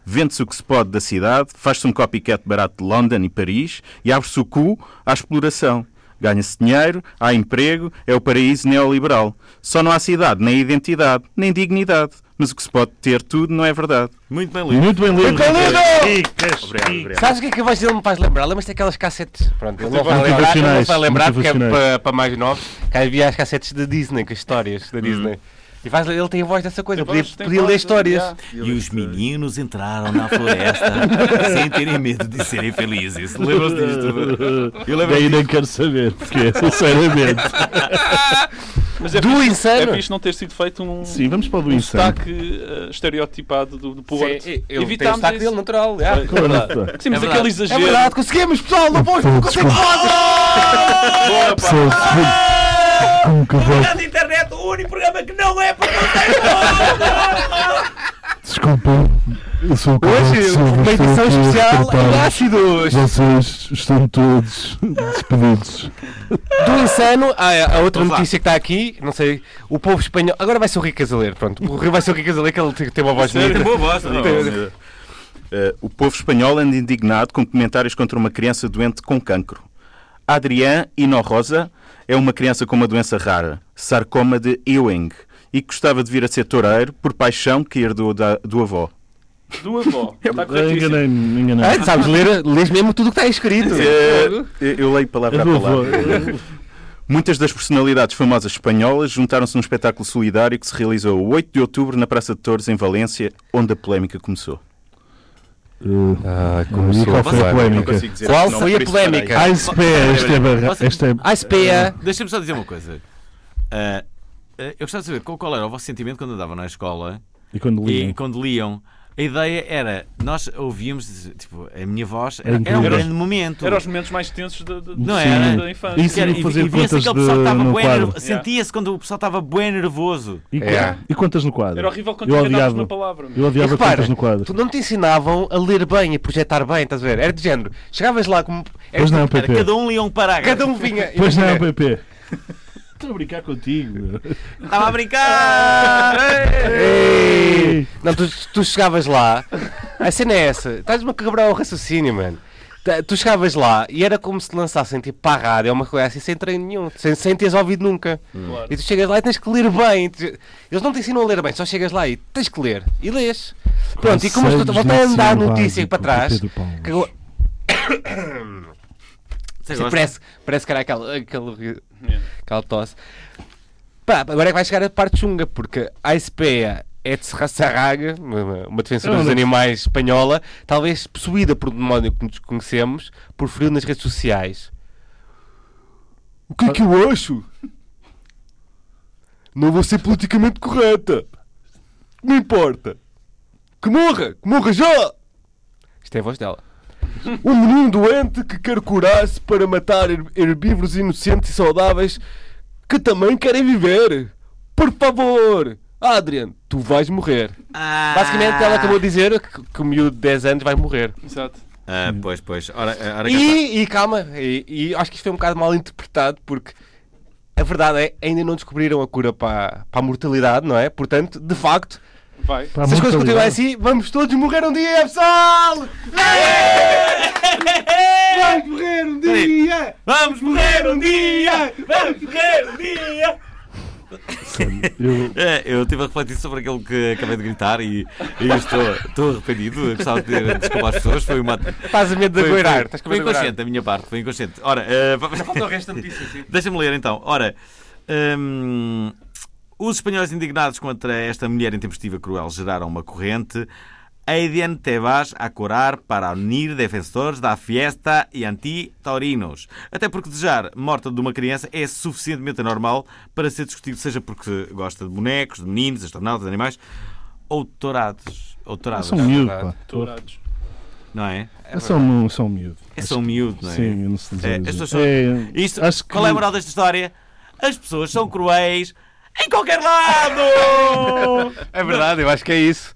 [SPEAKER 7] Vende-se o que se pode da cidade, faz-se um copycat barato de London e Paris e abre-se o cu à exploração. Ganha-se dinheiro, há emprego, é o paraíso neoliberal. Só não há cidade, nem identidade, nem dignidade. Mas o que se pode ter tudo não é verdade.
[SPEAKER 1] Muito bem lido.
[SPEAKER 2] Muito bem lido. Ricas,
[SPEAKER 7] Obrigado,
[SPEAKER 2] ricas.
[SPEAKER 7] obrigado.
[SPEAKER 4] Sabes o que é que vais dizer? Ele me faz lembrar? Lembras-te daquelas cassetes? Pronto, ele não vai
[SPEAKER 2] Motivacionais,
[SPEAKER 4] lembrar, ele não vai lembrar porque é
[SPEAKER 2] motivacionais.
[SPEAKER 4] para, para mais novos. Que havia as cassetes da Disney, com as histórias da Disney. E vais, ele tem a voz dessa coisa,
[SPEAKER 6] Hum. Tem
[SPEAKER 4] podia,
[SPEAKER 6] voz, tem
[SPEAKER 4] podia
[SPEAKER 6] voz,
[SPEAKER 4] ler histórias.
[SPEAKER 6] já.
[SPEAKER 1] E os meninos entraram na floresta sem terem medo de serem felizes. Lembram-se disto?
[SPEAKER 2] Eu Daí nem quero saber, porque, é sinceramente.
[SPEAKER 6] Mas é
[SPEAKER 4] Do
[SPEAKER 6] fixe-
[SPEAKER 4] Insano!
[SPEAKER 6] É fixe não ter sido feito um,
[SPEAKER 2] Sim, vamos para o do
[SPEAKER 6] um
[SPEAKER 2] Insano.
[SPEAKER 6] sotaque eh, estereotipado do, do Porto.
[SPEAKER 4] Sim, ele tem o
[SPEAKER 6] é Evitámos
[SPEAKER 4] sotaque
[SPEAKER 6] isso.
[SPEAKER 4] dele natural. já.
[SPEAKER 6] É verdade. Sim, mas
[SPEAKER 1] É
[SPEAKER 6] aquele
[SPEAKER 1] verdade.
[SPEAKER 4] É
[SPEAKER 6] exagero.
[SPEAKER 4] verdade, conseguimos, pessoal! Não vou,
[SPEAKER 10] Pô,
[SPEAKER 4] não consigo
[SPEAKER 10] desculpa.
[SPEAKER 4] falar!
[SPEAKER 10] Pessoal, se for- um como que eu vou-
[SPEAKER 1] internet,
[SPEAKER 11] o único programa que não é para não
[SPEAKER 10] Desculpa, eu sou o Carlos
[SPEAKER 11] Hoje,
[SPEAKER 10] Silva,
[SPEAKER 11] uma
[SPEAKER 10] estou
[SPEAKER 11] edição
[SPEAKER 10] aqui a
[SPEAKER 11] especial
[SPEAKER 10] retratar-me.
[SPEAKER 11] em ácidos.
[SPEAKER 10] Vocês estão todos despedidos.
[SPEAKER 4] Do insano, ah, é, a outra
[SPEAKER 10] Vamos lá.
[SPEAKER 4] notícia que está aqui, não sei, o povo espanhol. Agora vai ser o Rui Casaleiro, pronto. O Rui vai ser o Rui Casaleiro, que ele tem- tem uma voz
[SPEAKER 7] Sério,
[SPEAKER 4] bonita.
[SPEAKER 7] boa voz, não.
[SPEAKER 4] Tem-
[SPEAKER 7] Eh, o povo espanhol anda indignado com comentários contra uma criança doente com cancro. Adrián Hinojosa é uma criança com uma doença rara, sarcoma de Ewing, e que gostava de vir a ser toureiro por paixão que herdou da, do avó.
[SPEAKER 6] Do avó. tá Está corretíssimo.
[SPEAKER 2] Enganei-me,
[SPEAKER 4] Ah, sabes ler, lês mesmo tudo o que está aí escrito.
[SPEAKER 7] Eh, eu, eu leio palavra
[SPEAKER 4] É
[SPEAKER 7] a
[SPEAKER 4] do
[SPEAKER 7] palavra.
[SPEAKER 4] avô.
[SPEAKER 7] Muitas das personalidades famosas espanholas juntaram-se num espetáculo solidário que se realizou a 8 de outubro na Praça de Torres, em Valência, onde a polémica começou.
[SPEAKER 1] É?
[SPEAKER 4] Ah,
[SPEAKER 10] e qual foi a polémica?
[SPEAKER 7] Qual foi a polémica?
[SPEAKER 10] Ah, isso
[SPEAKER 2] Eh,
[SPEAKER 10] é, esta é barra- esta é-
[SPEAKER 4] Ah, espera.
[SPEAKER 1] Deixa-me só dizer uma coisa. Ah, ah, eu gostava de saber qual, qual era o vosso sentimento quando andavam na escola
[SPEAKER 2] E quando liam.
[SPEAKER 1] E quando liam. A ideia era, nós ouvíamos, tipo, a minha voz
[SPEAKER 2] Era
[SPEAKER 1] era, era um
[SPEAKER 2] incrível.
[SPEAKER 1] grande momento.
[SPEAKER 6] Era os momentos mais tensos da, da,
[SPEAKER 1] Não
[SPEAKER 6] da-
[SPEAKER 1] era?
[SPEAKER 6] da infância.
[SPEAKER 1] Que era- e- e via-se aquele pessoal que estava bué nervo- Sentia-se quando o pessoal estava bem nervoso.
[SPEAKER 4] É.
[SPEAKER 2] E, quan- e contas no quadro?
[SPEAKER 6] Era horrível quando
[SPEAKER 2] eu
[SPEAKER 6] inventavas
[SPEAKER 2] odiava,
[SPEAKER 6] uma palavra, meu.
[SPEAKER 2] Eu odiava
[SPEAKER 4] E repara,
[SPEAKER 2] contas no quadro.
[SPEAKER 4] Tu não te ensinavam a ler bem e a projetar bem, estás a ver? Era de género. Chegavas lá como. era
[SPEAKER 2] Pois não,
[SPEAKER 4] tipo-
[SPEAKER 2] Pepe. Cada
[SPEAKER 1] um lia um parágrafo.
[SPEAKER 4] Cada um vinha.
[SPEAKER 2] Pois não,
[SPEAKER 4] imagina.
[SPEAKER 2] PP. Estou a brincar contigo.
[SPEAKER 1] Estava a brincar!
[SPEAKER 4] Ei! Não, tu, tu chegavas lá. A cena é essa. Estás-me a quebrar o raciocínio, mano. Ta- Tu chegavas lá e era como se te lançassem tipo para a rádio, uma coisa assim, sem treino nenhum, sem, sem teres ouvido nunca.
[SPEAKER 6] Claro.
[SPEAKER 4] E tu chegas lá e tens que ler bem. Tu- Eles não te ensinam a ler bem, só chegas lá e tens que ler. E lês. Pronto, e como
[SPEAKER 10] Conselhos
[SPEAKER 4] estou- voltei a
[SPEAKER 10] de
[SPEAKER 4] andar a
[SPEAKER 10] ensino
[SPEAKER 4] notícia
[SPEAKER 10] básico
[SPEAKER 4] para
[SPEAKER 10] do
[SPEAKER 4] trás.
[SPEAKER 10] Pedro Paulo.
[SPEAKER 4] que agora-
[SPEAKER 1] Você
[SPEAKER 4] Sim,
[SPEAKER 1] gosta?
[SPEAKER 4] parece, parece que era aquela, aquele, aquela tosse. Pá, agora é que vai chegar a parte chunga, porque a ICPEA é de Serraga, uma, uma defensora
[SPEAKER 11] Eu
[SPEAKER 4] dos
[SPEAKER 11] não-
[SPEAKER 4] animais espanhola, talvez possuída por um demónio que nos conhecemos, por frio nas redes sociais. O que é que eu acho? Não vou ser politicamente correta. Que Me importa. Que morra, que morra já! Isto é a voz dela. Um menino doente que quer curar-se para matar her- herbívoros inocentes e saudáveis que também querem viver. Por favor! Adrian, tu vais morrer.
[SPEAKER 1] Ah.
[SPEAKER 4] Basicamente, ela acabou de dizer que, que o miúdo de 10 anos vai morrer.
[SPEAKER 6] Exato.
[SPEAKER 1] Ah, pois, pois. Ora, ora cá está.
[SPEAKER 4] E, e calma, e, e acho que isto foi um bocado mal interpretado porque a verdade é ainda não descobriram a cura para, para a mortalidade, não é? Portanto, de facto,
[SPEAKER 6] Vai.
[SPEAKER 4] se as coisas continuarem assim, vamos todos morrer um dia, pessoal!
[SPEAKER 1] (laughs)
[SPEAKER 4] Vamos morrer um dia!
[SPEAKER 1] Vamos morrer um dia!
[SPEAKER 11] Vamos morrer um dia!
[SPEAKER 1] É, Eu estive a refletir sobre aquilo que acabei de gritar e, e estou, estou arrependido. Eu Gostava de pedir desculpa às pessoas. Foi uma.
[SPEAKER 4] Estás a medo de
[SPEAKER 1] Foi-
[SPEAKER 4] agoirar,
[SPEAKER 1] foi-
[SPEAKER 4] estás com
[SPEAKER 1] Foi
[SPEAKER 4] medo de agoirar.
[SPEAKER 1] inconsciente da minha parte, foi inconsciente. Ora,
[SPEAKER 4] (laughs)
[SPEAKER 1] eh, va-
[SPEAKER 4] falta o resto da notícia, sim.
[SPEAKER 1] Deixa-me ler então. Ora, hum, os espanhóis indignados contra esta mulher intempestiva cruel geraram uma corrente. Aiden te vas a curar para unir defensores da fiesta e anti-taurinos. Até porque desejar morta de uma criança é suficientemente anormal para ser discutido, seja porque gosta de bonecos, de meninos, astronautas, animais ou de tourados. Ou touradas.
[SPEAKER 4] é
[SPEAKER 2] São miúdos, pá.
[SPEAKER 6] Tourados.
[SPEAKER 1] Não é?
[SPEAKER 2] É só um, só um miúdo.
[SPEAKER 1] É só um miúdo, não é?
[SPEAKER 2] Sim, eu não sei dizer.
[SPEAKER 1] É, as pessoas são-
[SPEAKER 2] É,
[SPEAKER 1] Isto-
[SPEAKER 2] acho que-
[SPEAKER 1] Qual é a moral desta história? As pessoas são cruéis em qualquer lado!
[SPEAKER 4] É verdade, eu acho que é isso.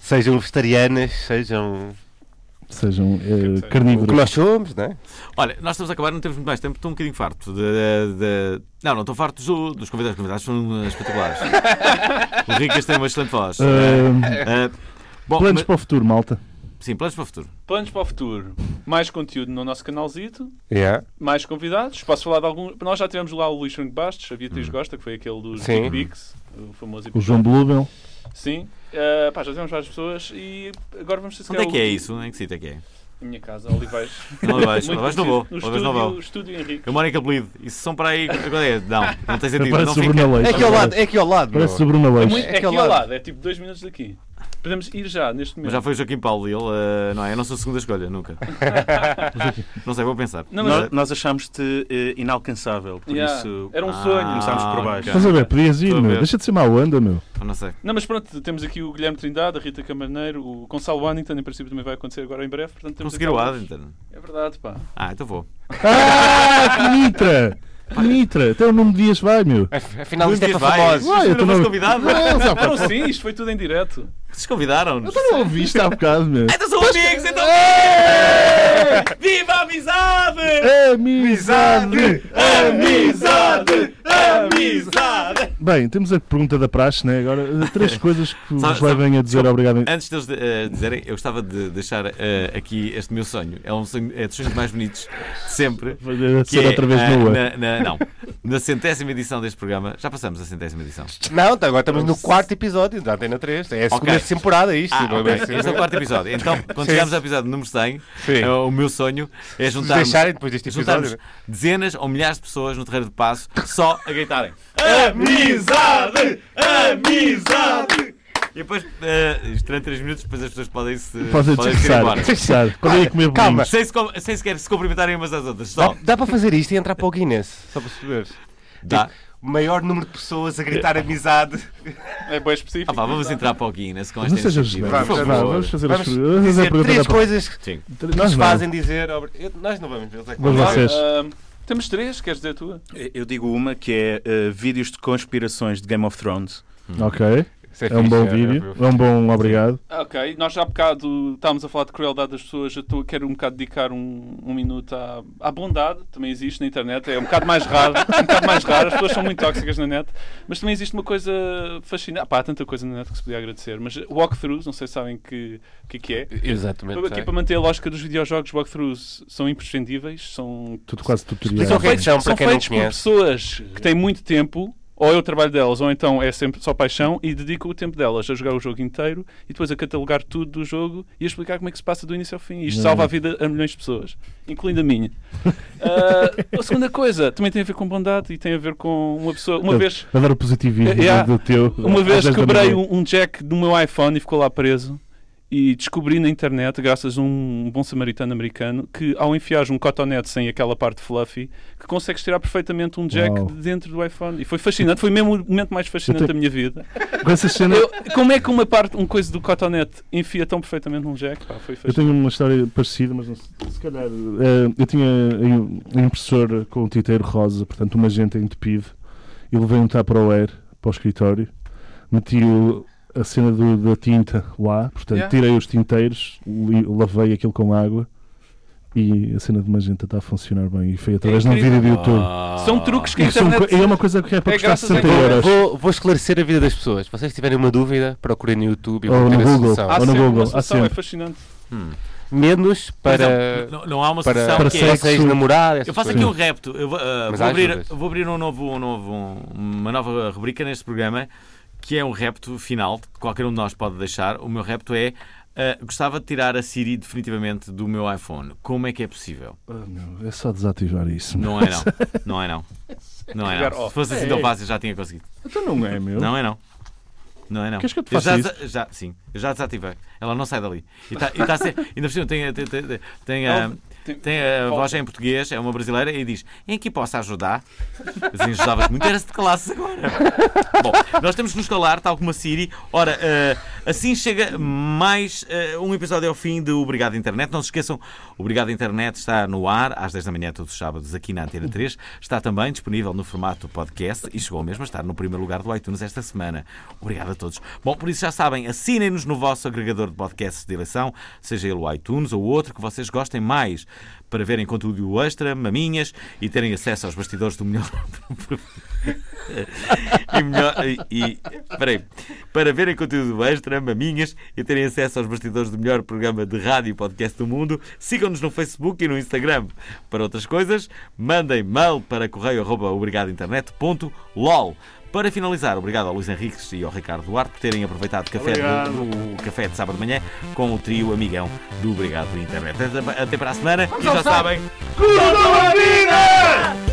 [SPEAKER 4] Sejam vegetarianas, sejam.
[SPEAKER 2] Sejam eh,
[SPEAKER 4] O que nós
[SPEAKER 2] carnívoros.
[SPEAKER 4] somos, não é?
[SPEAKER 1] (laughs) Olha, nós estamos a acabar, não temos muito mais tempo, estou um bocadinho farto. de- de- de- Não, não estou farto dos, dos convidados, os convidados são eh, (laughs) espetaculares. o Ricas tem uma excelente voz.
[SPEAKER 2] Ah,
[SPEAKER 4] É,
[SPEAKER 1] Eh, eh, bom,
[SPEAKER 2] Planos
[SPEAKER 1] mas-
[SPEAKER 2] para o futuro, malta.
[SPEAKER 1] Sim, planos para o futuro.
[SPEAKER 6] Planos para o futuro. Mais conteúdo no nosso canalzito.
[SPEAKER 4] Yeah.
[SPEAKER 6] Mais convidados. Posso falar de algum. Nós já tivemos lá o Luís Franco Bastos, a Beatriz Gosta, que foi aquele dos
[SPEAKER 4] Sim.
[SPEAKER 6] Big Bigs, o famoso
[SPEAKER 2] Hum. O
[SPEAKER 6] episódio.
[SPEAKER 2] João Blubel.
[SPEAKER 6] Sim. Ah, pá, já tivemos várias pessoas e agora vamos ter
[SPEAKER 1] Onde é que é isso? Em que sítio é que é?
[SPEAKER 6] Na minha casa, Olivais.
[SPEAKER 1] (laughs) Não vais,
[SPEAKER 6] Muito
[SPEAKER 1] não vais, não vou.
[SPEAKER 6] conhecido.
[SPEAKER 1] não vais,
[SPEAKER 6] No
[SPEAKER 1] não vou.
[SPEAKER 6] estúdio- estúdio Henrique.
[SPEAKER 1] Eu moro em Cabelido. Isso são para aí. Agora é. Não, não tem sentido.
[SPEAKER 2] Parece
[SPEAKER 1] não
[SPEAKER 2] o Bruno Aleixo.
[SPEAKER 4] É aqui ao lado, é aqui ao lado.
[SPEAKER 2] Parece um
[SPEAKER 4] meu.
[SPEAKER 2] o Bruno
[SPEAKER 6] É,
[SPEAKER 2] Aleixo.
[SPEAKER 6] muito, é aqui
[SPEAKER 4] Aquele
[SPEAKER 6] ao
[SPEAKER 4] lado.
[SPEAKER 6] lado, é tipo dois minutos daqui. Podemos ir já, neste
[SPEAKER 1] Mas
[SPEAKER 6] momento.
[SPEAKER 1] já foi o Joaquim Paulo e ele. eh, não é? Eu não sou a segunda escolha, (laughs) nunca. não sei, vou pensar. Uh,
[SPEAKER 6] Não,
[SPEAKER 7] Nós,
[SPEAKER 6] mas-
[SPEAKER 7] nós achámos-te eh, inalcançável, por
[SPEAKER 6] Yeah,
[SPEAKER 7] isso.
[SPEAKER 6] era um
[SPEAKER 1] Ah,
[SPEAKER 6] sonho.
[SPEAKER 7] Começámos por baixo.
[SPEAKER 2] Estás a ver? Podias ir,
[SPEAKER 1] Estou a
[SPEAKER 2] meu.
[SPEAKER 1] ver.
[SPEAKER 2] Deixa de ser mau anda, meu.
[SPEAKER 1] Eu Não sei.
[SPEAKER 6] Não, mas pronto, temos aqui o Guilherme Trindade, a Rita Camarneiro, o Gonçalo Waddington, em princípio também vai acontecer agora em breve. Portanto, temos É
[SPEAKER 1] Conseguiram o
[SPEAKER 6] aqui
[SPEAKER 1] Adington.
[SPEAKER 6] alguns- É verdade, pá.
[SPEAKER 1] Ah, então vou.
[SPEAKER 2] Ah, que mitra! Mitra, até o nome de Dias vai, meu.
[SPEAKER 4] Afinal, isto é para famosos.
[SPEAKER 2] Uai, eu tô no- Não, só para-
[SPEAKER 6] Ah, Não, sim, isto foi tudo em direto.
[SPEAKER 1] Vocês convidaram-nos.
[SPEAKER 2] Eu não ouvi isto há bocado, meu.
[SPEAKER 1] Então são amigos, então. Viva a amizade!
[SPEAKER 2] É. Amizade!
[SPEAKER 1] Amizade! Amizade!
[SPEAKER 2] Bem, temos a pergunta da praxe, né? Agora, eh, três coisas que
[SPEAKER 1] Sabe-
[SPEAKER 2] vos
[SPEAKER 1] sabe-
[SPEAKER 2] levem a dizer
[SPEAKER 1] desculpa,
[SPEAKER 2] obrigado. em-
[SPEAKER 1] Antes de eles eh, dizerem, eu gostava de deixar eh, aqui este meu sonho. É um sonho, é dos sonhos mais bonitos de sempre.
[SPEAKER 2] Vai
[SPEAKER 1] que
[SPEAKER 2] ser
[SPEAKER 1] é,
[SPEAKER 2] outra vez
[SPEAKER 1] ah,
[SPEAKER 2] nua.
[SPEAKER 1] na, na- Não, na centésima edição deste programa. Já passamos a centésima edição.
[SPEAKER 4] Não, tá, agora estamos no quarto episódio da Antena 3. É a
[SPEAKER 1] Ok.
[SPEAKER 4] segunda temporada isto.
[SPEAKER 1] Ah,
[SPEAKER 4] não
[SPEAKER 1] ok.
[SPEAKER 4] vai ser-
[SPEAKER 1] Este é o quarto episódio. Então, quando
[SPEAKER 4] Sim.
[SPEAKER 1] chegarmos ao episódio número 100,
[SPEAKER 4] Sim.
[SPEAKER 1] eh, o meu sonho é juntarmos,
[SPEAKER 4] deixarem depois deste
[SPEAKER 1] juntarmos
[SPEAKER 4] episódio,
[SPEAKER 1] dezenas ou milhares de pessoas no terreiro de passo só a gritarem.
[SPEAKER 11] Amizade! Amizade!
[SPEAKER 1] E depois, eh, durante 3 minutos, depois as pessoas podem se
[SPEAKER 2] Podem
[SPEAKER 1] se ir
[SPEAKER 2] dispersar,
[SPEAKER 1] embora.
[SPEAKER 2] dispersar. Podem ir comer
[SPEAKER 1] Calma.
[SPEAKER 2] bolinhos.
[SPEAKER 1] Sem, se, com- sem sequer se cumprimentarem umas às outras. Só.
[SPEAKER 4] Dá, dá para fazer isto e entrar para o Guinness, só para perceberes.
[SPEAKER 1] Dá.
[SPEAKER 4] Tipo, o maior número de pessoas a gritar amizade.
[SPEAKER 6] É bem específico.
[SPEAKER 1] Ah, pá, vamos entrar para o Guinness com
[SPEAKER 2] Não
[SPEAKER 1] esta
[SPEAKER 2] sejas
[SPEAKER 1] iniciativa.
[SPEAKER 2] genérico.
[SPEAKER 1] Por
[SPEAKER 2] Vá,
[SPEAKER 1] favor.
[SPEAKER 2] vamos fazer as
[SPEAKER 4] Vamos
[SPEAKER 2] perguntas. Vamos fazer a
[SPEAKER 4] dizer
[SPEAKER 2] pergunta
[SPEAKER 4] três
[SPEAKER 2] da praxe.
[SPEAKER 4] coisas que
[SPEAKER 1] Sim.
[SPEAKER 4] nos
[SPEAKER 2] Nós não.
[SPEAKER 4] fazem dizer. obri- Eu- Nós não vamos, eles é que
[SPEAKER 2] Mas
[SPEAKER 4] vão.
[SPEAKER 2] vocês.
[SPEAKER 6] Ah, temos três, queres dizer a tua?
[SPEAKER 7] Eu digo uma que é eh, vídeos de conspirações de Game of Thrones.
[SPEAKER 2] Ok.
[SPEAKER 4] Isso
[SPEAKER 2] É um
[SPEAKER 4] fixe,
[SPEAKER 2] bom
[SPEAKER 4] é-
[SPEAKER 2] vídeo. É um bom obrigado.
[SPEAKER 6] Ah, Ok, nós já há bocado estávamos a falar de crueldade das pessoas, eu estou- quero um bocado dedicar um, um minuto à, à bondade, também existe na internet, é um bocado mais raro, um bocado mais raro, as pessoas são muito tóxicas na net, mas também existe uma coisa fascinante, ah, pá, há tanta coisa na net que se podia agradecer, mas walkthroughs, não sei se sabem que, o que, é que é.
[SPEAKER 4] Exatamente,
[SPEAKER 6] Aqui
[SPEAKER 4] sei.
[SPEAKER 6] para manter a lógica dos videojogos, walkthroughs são imprescindíveis, são
[SPEAKER 2] Tudo quase tutorial.
[SPEAKER 4] Explica o que é que são, para
[SPEAKER 6] são
[SPEAKER 4] quem não
[SPEAKER 6] feitos por
[SPEAKER 4] conhece.
[SPEAKER 6] pessoas que têm muito tempo, ou é o trabalho delas, ou então é sempre só paixão, e dedicam o tempo delas a jogar o jogo inteiro e depois a catalogar tudo do jogo e a explicar como é que se passa do início ao fim. Isto
[SPEAKER 2] Não.
[SPEAKER 6] salva a vida a milhões de pessoas, incluindo a minha. (laughs) Ah, a segunda coisa também tem a ver com bondade e tem a ver com uma pessoa. Uma
[SPEAKER 2] Eu
[SPEAKER 6] vez.
[SPEAKER 2] Adoro o positivismo
[SPEAKER 6] Yeah.
[SPEAKER 2] do teu.
[SPEAKER 6] É, Uma
[SPEAKER 2] às
[SPEAKER 6] vez
[SPEAKER 2] dez da
[SPEAKER 6] quebrei
[SPEAKER 2] manhã.
[SPEAKER 6] um, um jack do meu iPhone e ficou lá preso. E descobri na internet, graças a um bom samaritano americano, que ao enfiar um cotonete sem aquela parte fluffy, que consegues tirar perfeitamente um jack
[SPEAKER 2] Uau.
[SPEAKER 6] de dentro do iPhone. E foi fascinante, foi mesmo o momento mais fascinante
[SPEAKER 2] Eu te-
[SPEAKER 6] da minha vida.
[SPEAKER 2] Com essas cenas.
[SPEAKER 6] Eu- como é que uma parte, uma coisa do cotonete enfia tão perfeitamente num jack? Pá, foi
[SPEAKER 2] Eu
[SPEAKER 6] fascinante.
[SPEAKER 2] tenho uma história parecida, mas não sei. Se calhar. eh, eu tinha um impressor com um titeiro rosa, portanto, uma gente entupido, e levei um Tupperware para o escritório, meti o- a cena do- da tinta lá, portanto,
[SPEAKER 6] Yeah.
[SPEAKER 2] tirei os tinteiros, li- lavei aquilo com água. E a cena de magenta está a funcionar bem. E foi através de um vídeo
[SPEAKER 6] incrível.
[SPEAKER 2] do YouTube.
[SPEAKER 6] São truques que a
[SPEAKER 2] E são
[SPEAKER 6] internet.
[SPEAKER 2] co- e é uma coisa que é para
[SPEAKER 6] É
[SPEAKER 2] custar
[SPEAKER 6] graças a
[SPEAKER 2] 60
[SPEAKER 6] Deus.
[SPEAKER 4] Vou,
[SPEAKER 2] euros.
[SPEAKER 4] vou- vou esclarecer a vida das pessoas. Vocês tiverem uma dúvida, procurem no YouTube e
[SPEAKER 2] Ou
[SPEAKER 4] vão ter
[SPEAKER 2] no
[SPEAKER 4] a
[SPEAKER 2] Google.
[SPEAKER 4] solução.
[SPEAKER 6] Há
[SPEAKER 2] Ou no
[SPEAKER 6] sempre
[SPEAKER 2] Google,
[SPEAKER 6] uma
[SPEAKER 2] há
[SPEAKER 6] solução, é
[SPEAKER 2] sempre.
[SPEAKER 6] fascinante.
[SPEAKER 4] Menos
[SPEAKER 1] Mas
[SPEAKER 4] para,
[SPEAKER 1] não, não- não há uma
[SPEAKER 4] para,
[SPEAKER 1] solução
[SPEAKER 4] para
[SPEAKER 1] que é-
[SPEAKER 2] sexo.
[SPEAKER 4] vocês namoradas.
[SPEAKER 1] Eu faço
[SPEAKER 4] essas
[SPEAKER 1] aqui um
[SPEAKER 4] coisas.
[SPEAKER 1] repto. Eu vou, ah,
[SPEAKER 4] Mas
[SPEAKER 1] vou
[SPEAKER 4] há
[SPEAKER 1] abrir,
[SPEAKER 4] ajudas.
[SPEAKER 1] vou abrir um novo, um novo- um- uma nova rubrica neste programa que é um repto final. que Qualquer um de nós pode deixar. O meu repto é. ah, gostava de tirar a Siri definitivamente do meu iPhone. Como é que é possível?
[SPEAKER 2] Ah, meu, É só desativar isso.
[SPEAKER 1] Não é não. Não é não. Não é não. Se fosse assim tão fácil já tinha conseguido.
[SPEAKER 2] Então não é, meu.
[SPEAKER 1] Não é não. Não é não.
[SPEAKER 2] Queres que eu te
[SPEAKER 1] já,
[SPEAKER 2] faça
[SPEAKER 1] desa- já- Sim, eu já desativei. Ela não sai dali. E tá, e tá a ser- ainda por cima tem, tem, tem, tem, tem a,
[SPEAKER 6] Ela- tem-
[SPEAKER 1] tem a
[SPEAKER 6] volta.
[SPEAKER 1] voz em português, é uma brasileira, e diz: Em que posso ajudar? Assim, ajudavas muito, eras de classe agora. Bom, nós temos que nos calar, tal como a Siri. Ora, eh, assim chega mais eh, um episódio ao fim do Obrigado Internet. Não se esqueçam, Obrigado Internet está no ar às 10 da manhã todos os sábados aqui na Antena 3. Está também disponível no formato podcast e chegou mesmo a estar no primeiro lugar do iTunes esta semana. Obrigado a todos. Bom, por isso já sabem, assinem-nos no vosso agregador de podcasts de eleição, seja ele o iTunes ou outro que vocês gostem mais, para verem conteúdo extra, maminhas e terem acesso aos bastidores do melhor e melhor. E, e- peraí, para verem conteúdo extra, maminhas e terem acesso aos bastidores do melhor programa de rádio e podcast do mundo, sigam-nos no Facebook e no Instagram. Para outras coisas, mandem mail para correio.obrigadointernet.lol. Para finalizar, obrigado ao Luís Henriques e ao Ricardo Duarte por terem aproveitado o café, de, o café de sábado de manhã com o trio amigão do Obrigado Internet. Até, até para a semana e já sabem.
[SPEAKER 11] Tudo na vida!